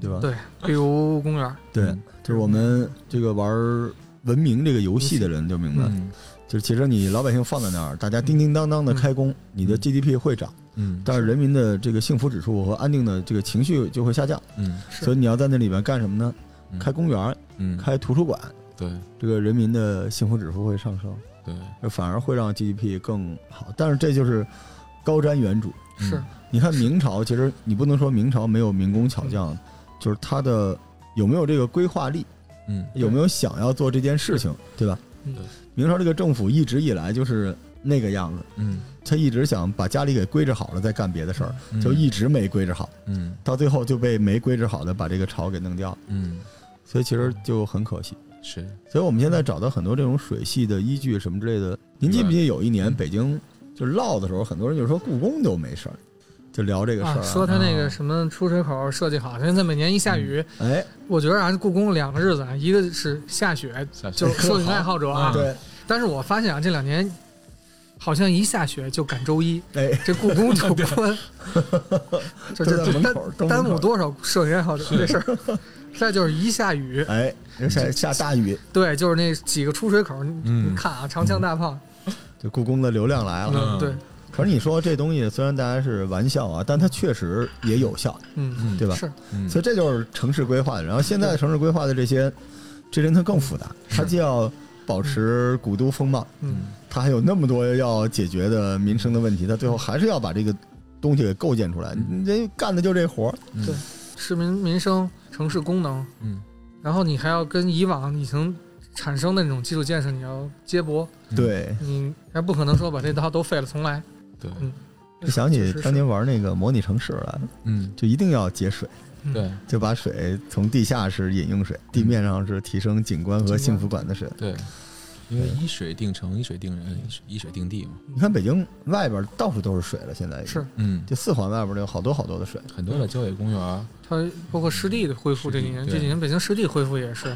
S1: 对吧？
S2: 对比如公园，
S1: 对
S3: 嗯，
S1: 就是我们这个玩儿文明这个游戏的人就明白，
S3: 嗯
S1: 就是其实你老百姓放在那儿，大家叮叮当当的开工，你的 GDP 会涨，
S3: 嗯
S1: 但是人民的这个幸福指数和安定的这个情绪就会下降。
S3: 嗯
S2: 是
S1: 所以你要在那里面干什么呢？
S3: 嗯
S1: 开公园儿、
S3: 嗯，
S1: 开图书馆，
S3: 对
S1: 这个人民的幸福指数会上升，
S3: 对
S1: 这反而会让 GDP 更好。但是这就是高瞻远瞩。
S3: 嗯
S2: 是，
S1: 你看明朝，其实你不能说明朝没有民工巧
S2: 嗯
S1: 匠，就是他的有没有这个规划力，
S3: 嗯
S1: 有没有想要做这件事情，对吧？
S2: 嗯
S3: 对
S1: 明朝这个政府一直以来就是那个样子，
S3: 嗯，
S1: 他一直想把家里给规制好了再干别的事儿，
S3: 嗯
S1: 就一直没规制好，
S3: 嗯
S1: 到最后就被没规制好的把这个朝给弄掉，
S3: 嗯
S1: 所以其实就很可惜。
S3: 是
S1: 所以我们现在找到很多这种水系的依据什么之类的。您记不
S2: 嗯
S1: 记得有一年北京就是闹的时候，很多人就说故宫都没事儿，就聊这个事
S2: 啊，
S1: 儿、嗯
S2: 说它那个什么出水口设计好，现在每年一下雨，
S1: 哎，
S2: 我觉得啊，故宫两个日子啊，一个是下雪，
S3: 下去
S2: 就是摄影爱好者啊，
S3: 嗯
S1: 对，
S2: 但是我发现啊，这两年好像一下雪就赶周一，
S1: 哎，
S2: 这故 宫就关，这
S1: 都在
S2: 这
S1: 门
S2: 耽
S1: 口，都门
S2: 耽
S1: 口
S2: 误。多少摄影爱好者这事儿。 再就是一下雨，
S1: 哎，下下大雨，
S2: 对，就是那几个出水口，你
S3: 嗯
S2: 你看啊，长枪大炮，
S1: 就故宫的流量来了。
S2: 嗯，对，
S1: 可是你说这东西虽然大家是玩笑啊，但它确实也有效，
S2: 嗯，
S3: 嗯
S1: 对吧？
S2: 是，
S3: 嗯
S1: 所以这就是城市规划的。然后现在的城市规划的这些，这人他更复杂，他既要保持古都风貌，
S2: 嗯，
S1: 他还有那么多要解决的民生的问题，他最后还是要把这个东西给构建出来。
S3: 嗯
S1: 你这干的就这活儿，
S3: 嗯
S2: 对市民民生、城市功能，
S3: 嗯
S2: 然后你还要跟以往已经产生的那种基础建设你要接驳，
S3: 嗯
S1: 对。
S2: 你还不可能说把这套都废了重来。
S3: 对
S2: 嗯
S1: 就想起
S2: 确实是
S1: 当年玩那个模拟城市了，
S3: 嗯
S1: 就一定要节水，
S2: 嗯
S3: 对
S1: 就把水从地下是饮用水，地面上是提升景观和幸福感的水。
S3: 对，因为以水定城，以水定人，以水以水定地嘛。
S1: 你看北京外边到处都是水了，现在已经
S2: 是
S3: 嗯，
S1: 就四环外边儿有好多好多的水。
S3: 很多的郊野公园儿，
S2: 它包括湿地的恢复这几年，
S3: 湿地对
S2: 这几年北京湿地恢复也是，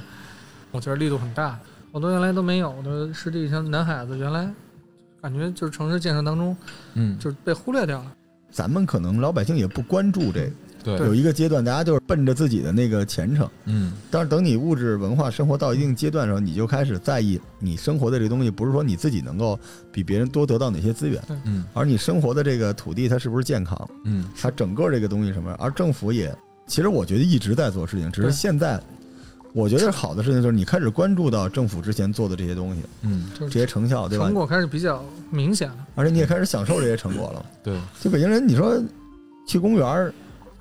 S2: 我觉得力度很大。好多原来都没有的湿地，像南海子，原来感觉就是城市建设当中
S3: 嗯，
S2: 就是被忽略掉了。
S1: 咱们可能老百姓也不关注这个，
S3: 对，
S1: 有一个阶段，大家就是奔着自己的那个前程。
S3: 嗯，
S1: 但是等你物质文化生活到一定阶段的时候，你就开始在意你生活的这东西，不是说你自己能够比别人多得到哪些资源，
S3: 嗯，
S1: 而你生活的这个土地它是不是健康，
S3: 嗯，
S1: 它整个这个东西什么样，而政府也，其实我觉得一直在做事情，只是
S2: 对
S1: 现在。我觉得好的事情就是你开始关注到政府之前做的这些东西，
S3: 嗯，
S2: 就
S1: 这
S2: 是
S1: 些成效，对吧
S2: 成？果开始比较明显了。
S1: 而且你也开始享受这些成果了。
S3: 对，
S1: 就北京人，你说去公园儿，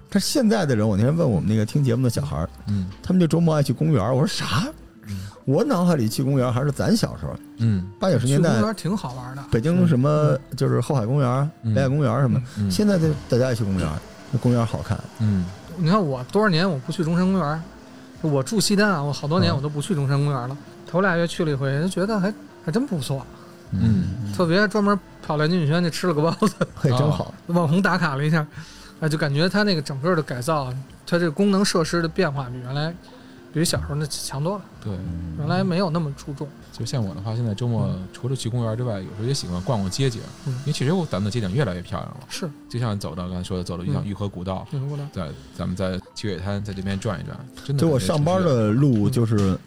S1: 他现在的人，我那天问我们那个听节目的小孩儿，
S3: 嗯，
S1: 他们就周末爱去公园儿。我说啥
S3: 嗯？
S1: 我脑海里去公园儿还是咱小时候
S3: 嗯，
S1: 八九十
S2: 去
S1: 年
S2: 公
S1: 代，
S2: 园嗯挺好玩的，
S1: 北京什么就是后海公园儿、
S3: 嗯
S1: 北海公园儿什么。
S3: 嗯，
S1: 现在的大家爱去公园儿，那公园儿好看。
S3: 嗯，
S2: 你看我多少年我不去中山公园，我住西单啊，我好多年
S1: 嗯
S2: 我都不去中山公园了。头俩月去了一回，就觉得还还真不错，
S3: 嗯，
S2: 特别专门跑蓝金女轩去吃了个包子，
S1: 嘿，
S2: 哦
S1: 真好。
S2: 网红打卡了一下，啊，就感觉它那个整个的改造，它这个功能设施的变化比原来，比小时候那强多了。
S3: 对，
S2: 原来没有那么注重，
S3: 就像我的话，现在周末除了去公园之外，有时候也喜欢逛逛街景，
S2: 嗯
S3: 因为其实我咱们的街景越来越漂亮了，
S2: 是
S3: 就像走到刚才说的，走了一趟
S2: 嗯
S3: 玉河古道，
S2: 挺过来。
S3: 在咱们在七月滩在这边转一转，真的。
S1: 就我上班，的路，
S2: 嗯
S1: 就是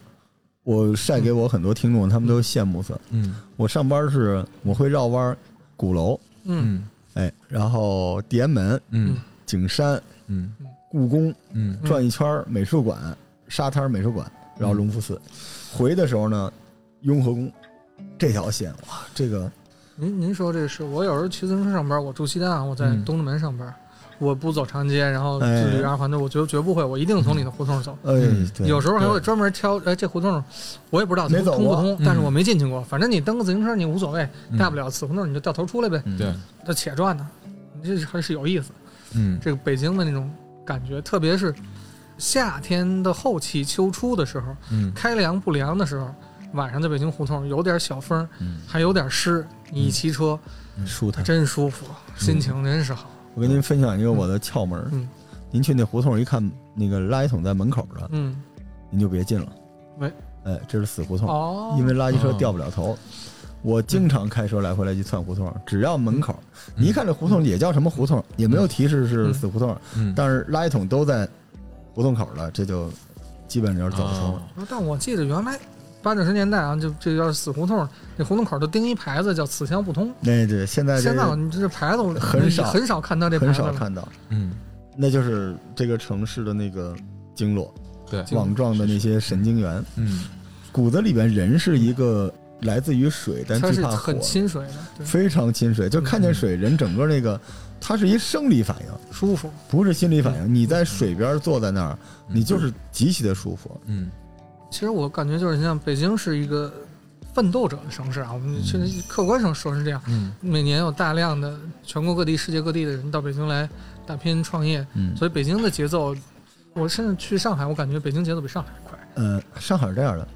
S1: 我晒给我很多听众，他们都羡慕死。
S3: 嗯
S1: 我上班是我会绕弯儿鼓楼，
S2: 嗯，
S3: 嗯
S1: 哎，然后地安门、
S3: 嗯
S1: 景山、
S3: 嗯
S1: 故宫
S3: 嗯
S1: 转一圈儿，美术馆、沙滩儿美术馆，然
S2: 嗯
S1: 后隆福寺。回的时候呢，雍和宫这条线，哇，这个
S2: 您您说这是我有时候骑自行车上班，我住西单啊，我在
S3: 嗯
S2: 东直门上班，我不走长街，然后就
S1: 哎
S2: 旅二环的，我绝绝不会，我一定从里的胡同走。
S1: 哎
S3: 嗯，
S1: 对
S2: 有时候还
S3: 对
S2: 会专门挑，哎，这胡同我也不知道
S1: 没
S2: 通
S1: 走
S2: 通不
S1: 过
S2: 通，
S3: 嗯
S2: 但是我没进去过。反正你蹬个自行车你无所谓，
S3: 嗯
S2: 大不了死胡同你就掉头出来呗，
S1: 嗯
S3: 对，
S2: 它且转呢，这还是有意思。
S3: 嗯
S2: 这个北京的那种感觉，特别是夏天的后期秋初的时候，
S3: 嗯
S2: 开凉不凉的时候，晚上在北京胡同有点小风，
S1: 嗯
S2: 还有点湿，你一骑车
S1: 舒坦。
S2: 真舒服，心情真是好。
S1: 我跟您分享一个我的窍门儿
S2: 嗯，
S1: 您去那胡同一看，那个垃圾桶在门口的，
S2: 嗯，
S1: 您就别进了。
S2: 喂，
S1: 哎，这是死胡同，
S2: 哦，
S1: 因为垃圾车
S3: 哦
S1: 掉不了头。我经常开车来回来去窜胡同，只要门口，你一看这胡同也叫什么胡同，也没有提示是
S2: 嗯
S1: 死胡同，
S3: 嗯，
S1: 但是垃圾桶都在胡同口了，这就基本上就是走不通
S3: 哦啊
S1: 了。
S2: 但我记得原来八九十年代啊，就这叫死胡同，那胡同口都钉一牌子叫“此乡不通
S1: 那哎对，现”。在这
S2: 现在我
S1: 个
S2: 们这牌子我
S1: 很少
S2: 很少看到这牌
S1: 很
S2: 子
S1: 少
S2: 了。
S1: 看到，
S3: 嗯
S1: 那就是这个城市的那个经络，
S3: 对，
S1: 网状的那些神经元。
S3: 嗯
S1: 骨子里边人是一个来自于水，但
S2: 它
S1: 惧
S2: 是
S1: 怕火
S2: 很，亲水的，对，
S1: 非常亲水，就看
S2: 嗯
S1: 见水，人整个那个，它是一生理反应，
S2: 舒服。嗯
S1: 不是心理反应。你在水边坐在那儿，
S3: 嗯
S1: 你就是极其的舒服。
S3: 嗯
S2: 其实我感觉就是像北京是一个奋斗者的城市啊，我们现在客观上说是这样。
S3: 嗯
S2: 每年有大量的全国各地、世界各地的人到北京来打拼创业，
S1: 嗯，
S2: 所以北京的节奏，我甚至去上海，我感觉北京节奏比上海快。
S1: 呃，上海是这样的，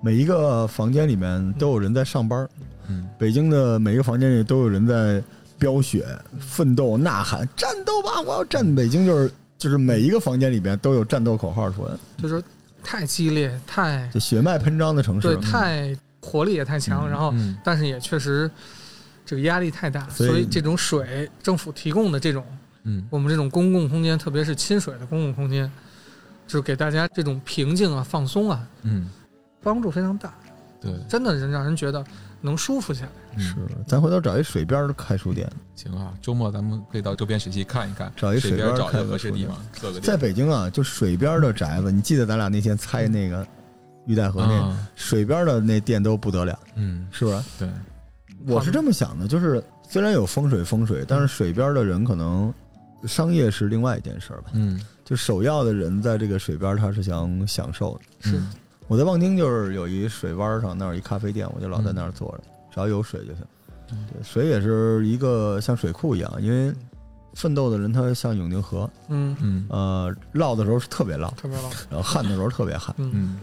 S1: 每一个房间里面都有人在上班，
S3: 嗯
S1: 北京的每一个房间里都有人在飙血、奋斗、呐喊、战斗吧，我要
S2: 嗯
S1: 战！北京就是就是每一个房间里边都有战斗口号出来，
S2: 就是太激烈、太
S1: 就血脉喷张的城
S2: 对、
S1: 市。
S2: 太活力也太强，然后
S3: 嗯
S2: 但是也确实这个压力太大，
S1: 所以
S2: 所以这种水政府提供的这种
S3: 嗯
S2: 我们这种公共空间，特别是亲水的公共空间，就是给大家这种平静啊、放松啊，
S3: 嗯，
S2: 帮助非常大，
S3: 对，嗯
S2: 真的人让人觉得能舒服下来。
S1: 嗯是，咱回头找一水边的开书店。
S3: 行啊，周末咱们可以到周边水系看一看，
S1: 找一
S3: 水
S1: 水边
S3: 找一
S1: 看
S3: 个
S1: 个
S3: 合适
S1: 书
S3: 地
S1: 店
S3: 方，做个地
S1: 在北京啊，就水边的宅子，你记得咱俩那天猜那
S3: 嗯
S1: 个玉带河
S3: 方
S1: 那、
S3: 啊
S1: 水边的那店都不得了，
S3: 嗯，
S1: 是不是？
S3: 对，嗯
S1: 我是这么想的，就是虽然有风水风水，但是水边的人可能商业是另外一件事儿吧。
S3: 嗯
S1: 就首要的人在这个水边，他是想享受的。
S2: 是
S3: 嗯
S1: 我在望京就是有一水湾上那儿有一咖啡店，我就老在那儿坐着，只要有水就行
S3: 嗯。
S1: 对，水也是一个像水库一样，因为奋斗的人他像永定河，
S2: 嗯，
S3: 嗯
S1: 呃，涝的时候是特别涝，
S2: 特别棒。
S1: 然后旱的时候特别旱。
S2: 嗯，
S3: 嗯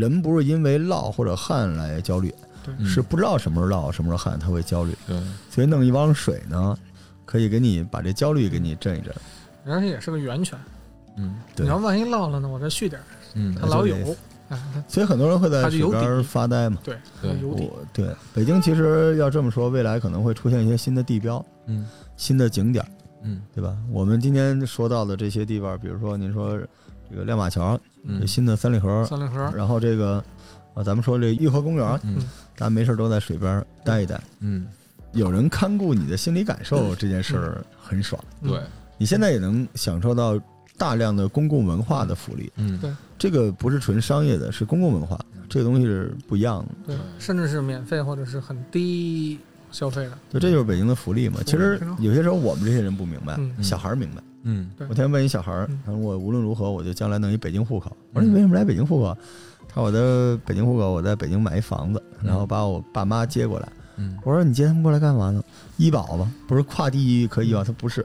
S1: 人不是因为涝或者旱来焦虑，
S3: 嗯，
S1: 是不知道什么时候涝，什么时候旱，他会焦虑。
S3: 对，
S1: 所以弄一汪水呢，可以给你把这焦虑给你震一震。
S2: 而且也是个源泉。
S3: 嗯
S1: 对
S2: 你要万一落了呢，我再续点儿，
S3: 嗯
S1: 哎
S2: 它老有
S1: 就类似，
S2: 啊，
S1: 所以很多人会在
S2: 它就
S1: 水
S2: 有
S1: 边儿
S2: 底
S1: 发呆嘛。
S2: 对，
S3: 对
S2: 有底，
S1: 我对北京其实要这么说，未来可能会出现一些新的地标、
S3: 嗯
S1: 新的景点儿，
S3: 嗯
S1: 对吧？我们今天说到的这些地方，比如说您说这个亮马桥、
S3: 嗯
S1: 这新的三里河，
S2: 三里河，
S1: 然后这个啊，咱们说这颐和公园儿，
S3: 嗯
S1: 大家没事儿都在水边儿待一待，
S3: 嗯，
S1: 有人看顾你的心理感受这件事儿很爽。
S2: 嗯
S3: 对，
S1: 你现在也能享受到大量的公共文化的福利，
S3: 嗯
S2: 对
S1: 这个不是纯商业的，是公共文化，
S2: 嗯
S1: 这个东西是不一样的。
S2: 对，甚至是免费或者是很低消费的，
S1: 就这就是北京的福利嘛。其实有些时候我们这些人不明白，
S2: 嗯
S1: 小孩儿明白。
S3: 嗯
S2: 对
S1: 我天天问一小孩儿
S2: 嗯，
S1: 他说我无论如何我就将来弄一北京户口。我说你为什么来北京户口啊？他说我在北京户口，我在北京买一房子，
S3: 嗯
S1: 然后把我爸妈接过来。
S3: 嗯
S1: 我说你接他们过来干嘛呢？医保吧，不是跨地域可以医保，他不是。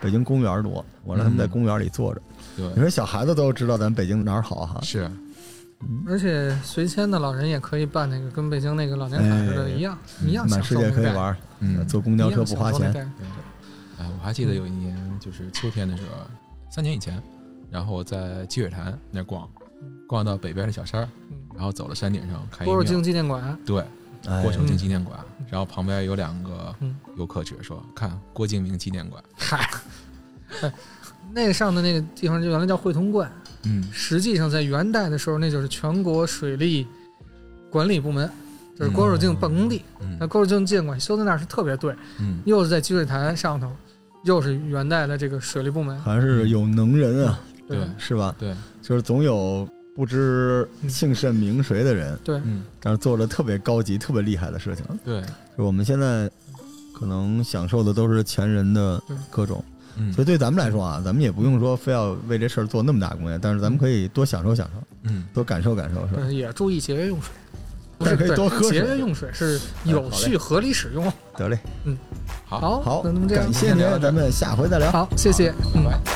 S1: 北京公园儿多，我让他们在
S3: 嗯
S1: 公园里坐着。你
S3: 对
S1: 说小孩子都知道咱北京哪儿好啊哈，
S3: 是
S1: 嗯
S2: 而且随迁的老人也可以办那个跟北京那个老年卡似的一样，一样
S1: 哎满
S2: 享
S1: 世
S2: 受
S1: 界
S2: 那
S1: 可以
S2: 个
S1: 玩儿，呃
S3: 嗯
S1: 坐公交车不花钱。。
S3: 对哎，我还记得有一年，就是秋天的时候，三年以前，然后我在积水潭那儿逛，逛到北边的小山儿，然后走到山顶上看一
S2: 波尔
S3: 庙
S2: 津，纪念馆，
S3: 对，
S1: 哎
S3: 郭敬
S2: 嗯
S3: 明纪念馆，然后旁边有两个
S2: 嗯
S3: 游客指着说：“看郭敬明纪念馆。
S2: 嗨，哎那上的那个地方就原来叫汇通观，”
S3: 嗯
S2: 实际上在元代的时候，那就是全国水利管理部门，就是郭守敬办公地。那
S3: 嗯
S2: 郭守敬纪念馆修在那儿是特别对，
S3: 嗯，
S2: 又是在积水潭上头，又是元代的这个水利部门。
S1: 好像是有能人啊，
S3: 对
S1: 是吧？
S3: 对，
S1: 就是总有不知姓甚名谁的人，
S2: 对，
S3: 嗯
S1: 但是做了特别高级、特别厉害的事情。
S3: 对，
S1: 就是我们现在可能享受的都是前人的各种，
S3: 嗯
S1: 所以对咱们来说啊，咱们也不用说非要为这事儿做那么大贡献，但是咱们可以多享受享受，
S3: 嗯
S1: 多感受感受，是吧？
S2: 呃也注意节约用水，不
S1: 但是
S2: 是
S1: 可以
S2: 对
S1: 多喝水哎
S2: 节约用水是有序合理使用。
S1: 得嘞，
S3: 好，
S2: 好，
S1: 好
S2: 那那么，这样
S1: 感谢您，咱们下回再聊。
S2: 好，谢谢，嗯
S3: 拜。拜。